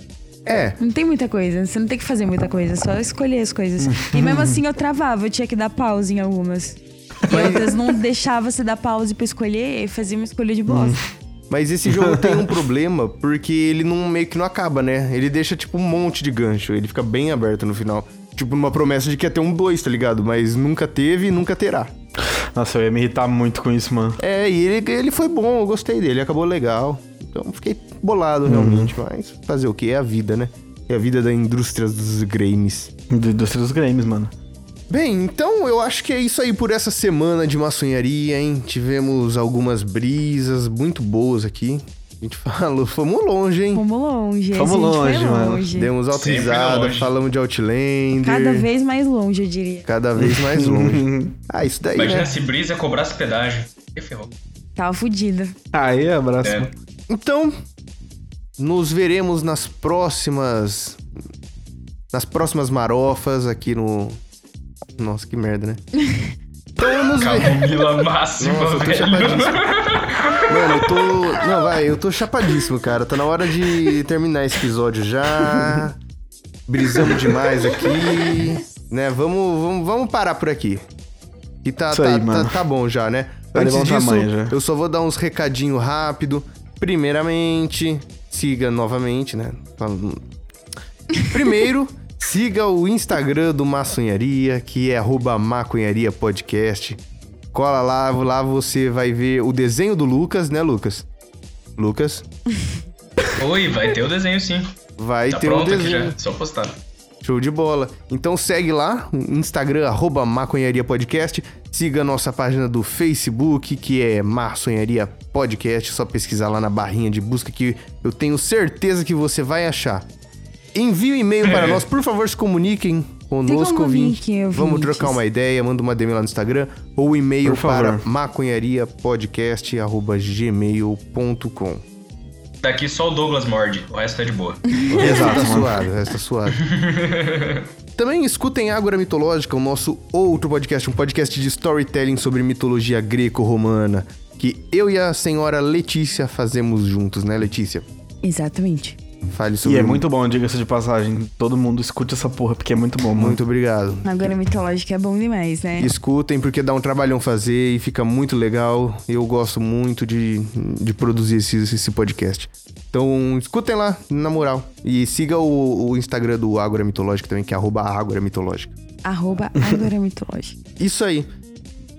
Speaker 1: É.
Speaker 4: Não tem muita coisa. Você não tem que fazer muita coisa, é só escolher as
Speaker 3: <laughs>
Speaker 4: coisas. e mesmo assim eu travava, eu tinha que dar pausa em algumas. E outras não deixava você dar pausa pra escolher e fazia uma escolha
Speaker 3: Hum.
Speaker 4: de bosta.
Speaker 1: Mas esse jogo tem um problema porque ele não meio que não acaba, né? Ele deixa tipo um monte de gancho, ele fica bem aberto no final. Tipo, numa promessa de que ia ter um dois, tá ligado? Mas nunca teve e nunca terá.
Speaker 3: Nossa, eu ia me irritar muito com isso, mano.
Speaker 1: É, e ele, ele foi bom, eu gostei dele, acabou legal. Então fiquei bolado realmente, mas fazer o que? É a vida, né? É a vida da indústria dos games.
Speaker 3: Do- Dos seus Grêmios, mano.
Speaker 1: Bem, então eu acho que é isso aí por essa semana de maçonharia, hein? Tivemos algumas brisas muito boas aqui. A gente <laughs> falou, fomos longe, hein?
Speaker 4: Fomos longe.
Speaker 3: Fomos
Speaker 4: esse a gente
Speaker 3: longe,
Speaker 4: foi
Speaker 3: mano. um
Speaker 4: longe.
Speaker 1: Demos alta
Speaker 5: Sempre
Speaker 1: risada,
Speaker 5: longe.
Speaker 1: falamos de Outlander.
Speaker 4: Cada vez mais longe, eu diria.
Speaker 1: Cada vez
Speaker 4: <laughs>
Speaker 1: mais
Speaker 5: <laughs>
Speaker 1: longe. ah, isso daí,
Speaker 5: Imagina
Speaker 1: né?
Speaker 5: se Brisa cobrasse pedágio. Que ferrou.
Speaker 4: Tava fodida.
Speaker 3: Aí, abraço.
Speaker 5: É.
Speaker 3: mano.
Speaker 1: Então, nos veremos nas próximas. Nas próximas marofas aqui no. Nossa, que merda, né? Então nos veremos.
Speaker 5: Camila máxima,
Speaker 1: Nossa, eu tô
Speaker 5: velho.
Speaker 1: Mano, eu tô. Não, vai, eu tô chapadíssimo, cara. Tá na hora de terminar esse episódio já. Brisamos demais aqui. Né, vamos, vamos, vamos parar por aqui. E tá,
Speaker 3: Isso
Speaker 1: tá,
Speaker 3: aí,
Speaker 1: tá-
Speaker 3: mano.
Speaker 1: tá bom já, né?
Speaker 3: Vai
Speaker 1: Antes
Speaker 3: levar um
Speaker 1: disso,
Speaker 3: tamanho já.
Speaker 1: eu só vou dar uns recadinho rápido. Primeiramente, siga novamente, né? Fal- Primeiro, siga o Instagram do Maçonharia, que é arroba maconharia podcast. Cola lá, lá você vai ver o desenho do Lucas, né, Lucas? Lucas,
Speaker 5: Oi, vai ter o desenho sim.
Speaker 1: vai
Speaker 5: tá
Speaker 1: ter o
Speaker 5: pronto aqui
Speaker 1: desenho.
Speaker 5: já, só postar.
Speaker 1: Show de bola. Então segue lá, Instagram, arroba Maconharia Podcast. Siga a nossa página do Facebook, que é Maçonharia Podcast. É Só pesquisar lá na barrinha de busca que eu tenho certeza que você vai achar. Envie um e-mail
Speaker 3: É.
Speaker 1: para nós, por favor, se comuniquem conosco, ouvinte.
Speaker 4: comuniquem,
Speaker 1: Vamos
Speaker 4: ouvintes.
Speaker 1: trocar uma ideia, manda uma DM lá no Instagram ou um e-mail
Speaker 3: Por favor.
Speaker 1: para maconhariapodcast.gmail.com.
Speaker 5: Daqui só o Douglas morde, o resto é de boa.
Speaker 1: Exato, tá suave, tá suave. Também escutem Ágora Mitológica, o nosso outro podcast, um podcast de storytelling sobre mitologia greco-romana, que eu e a senhora Letícia fazemos juntos, né, Letícia?
Speaker 4: Exatamente.
Speaker 1: Fale sobre
Speaker 3: E é
Speaker 1: o-
Speaker 3: muito bom, diga-se de passagem. Todo mundo escute essa porra, porque é muito bom, mano.
Speaker 1: um- muito obrigado.
Speaker 4: Agora mitológica é bom demais, né?
Speaker 1: Escutem, porque dá um trabalhão fazer e fica muito legal. Eu gosto muito de, de produzir esse, esse podcast. Então, escutem lá, na moral. E siga o, o Instagram do Ágora Mitológica também, que é arroba Ágora Mitológica.
Speaker 4: Arroba agora mitológica.
Speaker 1: Isso aí.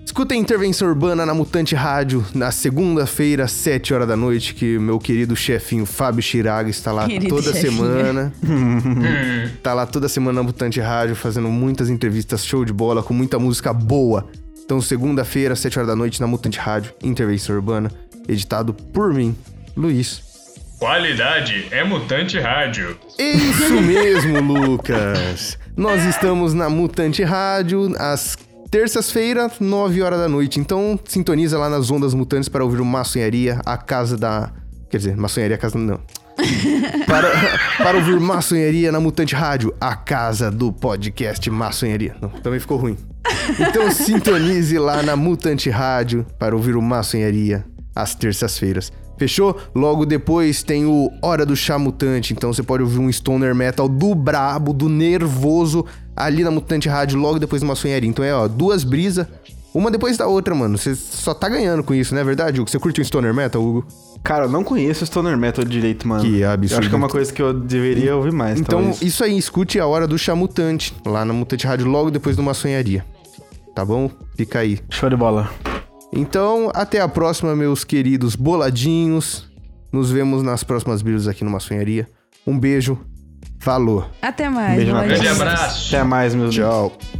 Speaker 1: Escutem Intervenção Urbana na Mutante Rádio, na segunda-feira, às 7 horas da noite, que meu querido chefinho Fábio Chiraga está lá
Speaker 4: Querido
Speaker 1: toda
Speaker 4: chefinho.
Speaker 1: semana. tá lá toda semana na Mutante Rádio, fazendo muitas entrevistas show de bola, com muita música boa. Então, segunda-feira, às 7 horas da noite, na Mutante Rádio, Intervenção Urbana, editado por mim, Luiz.
Speaker 5: Qualidade é mutante rádio.
Speaker 1: Isso mesmo, <laughs> Lucas. Nós estamos na Mutante Rádio às terças-feiras, 9 horas da noite. Então, sintoniza lá nas ondas mutantes para ouvir o Maçonharia, a casa da, quer dizer, Maçonharia a casa não. Para, para ouvir Maçonharia na Mutante Rádio, a casa do podcast Maçonharia. Não, também ficou ruim. Então sintonize lá na Mutante Rádio para ouvir o Maçonharia às terças-feiras. Fechou? Logo depois tem o Hora do Chá Mutante, então você pode ouvir um stoner metal do brabo, do nervoso, ali na Mutante Rádio, logo depois do Maçonharia. Então é, ó, duas brisas, uma depois da outra, mano. Você só tá ganhando com isso, não é verdade, Hugo? Você curte um stoner metal, Hugo?
Speaker 3: Cara, eu não conheço o Stoner Metal direito, mano.
Speaker 1: Que absurdo.
Speaker 3: Eu acho que é uma coisa que eu deveria ouvir mais,
Speaker 1: Então,
Speaker 3: talvez.
Speaker 1: isso aí, escute a hora do Chamutante, lá na Mutante Rádio, logo depois do Maçonharia. Tá bom? Fica aí.
Speaker 3: Show de bola.
Speaker 1: Então, até a próxima, meus queridos boladinhos. Nos vemos nas próximas bíblias aqui no Maçonharia. Um beijo. Falou.
Speaker 4: Até mais.
Speaker 3: Beijo na
Speaker 4: boa
Speaker 3: boca.
Speaker 5: Grande
Speaker 4: noite.
Speaker 5: abraço.
Speaker 3: Até mais, meus
Speaker 1: Tchau.
Speaker 3: lindos.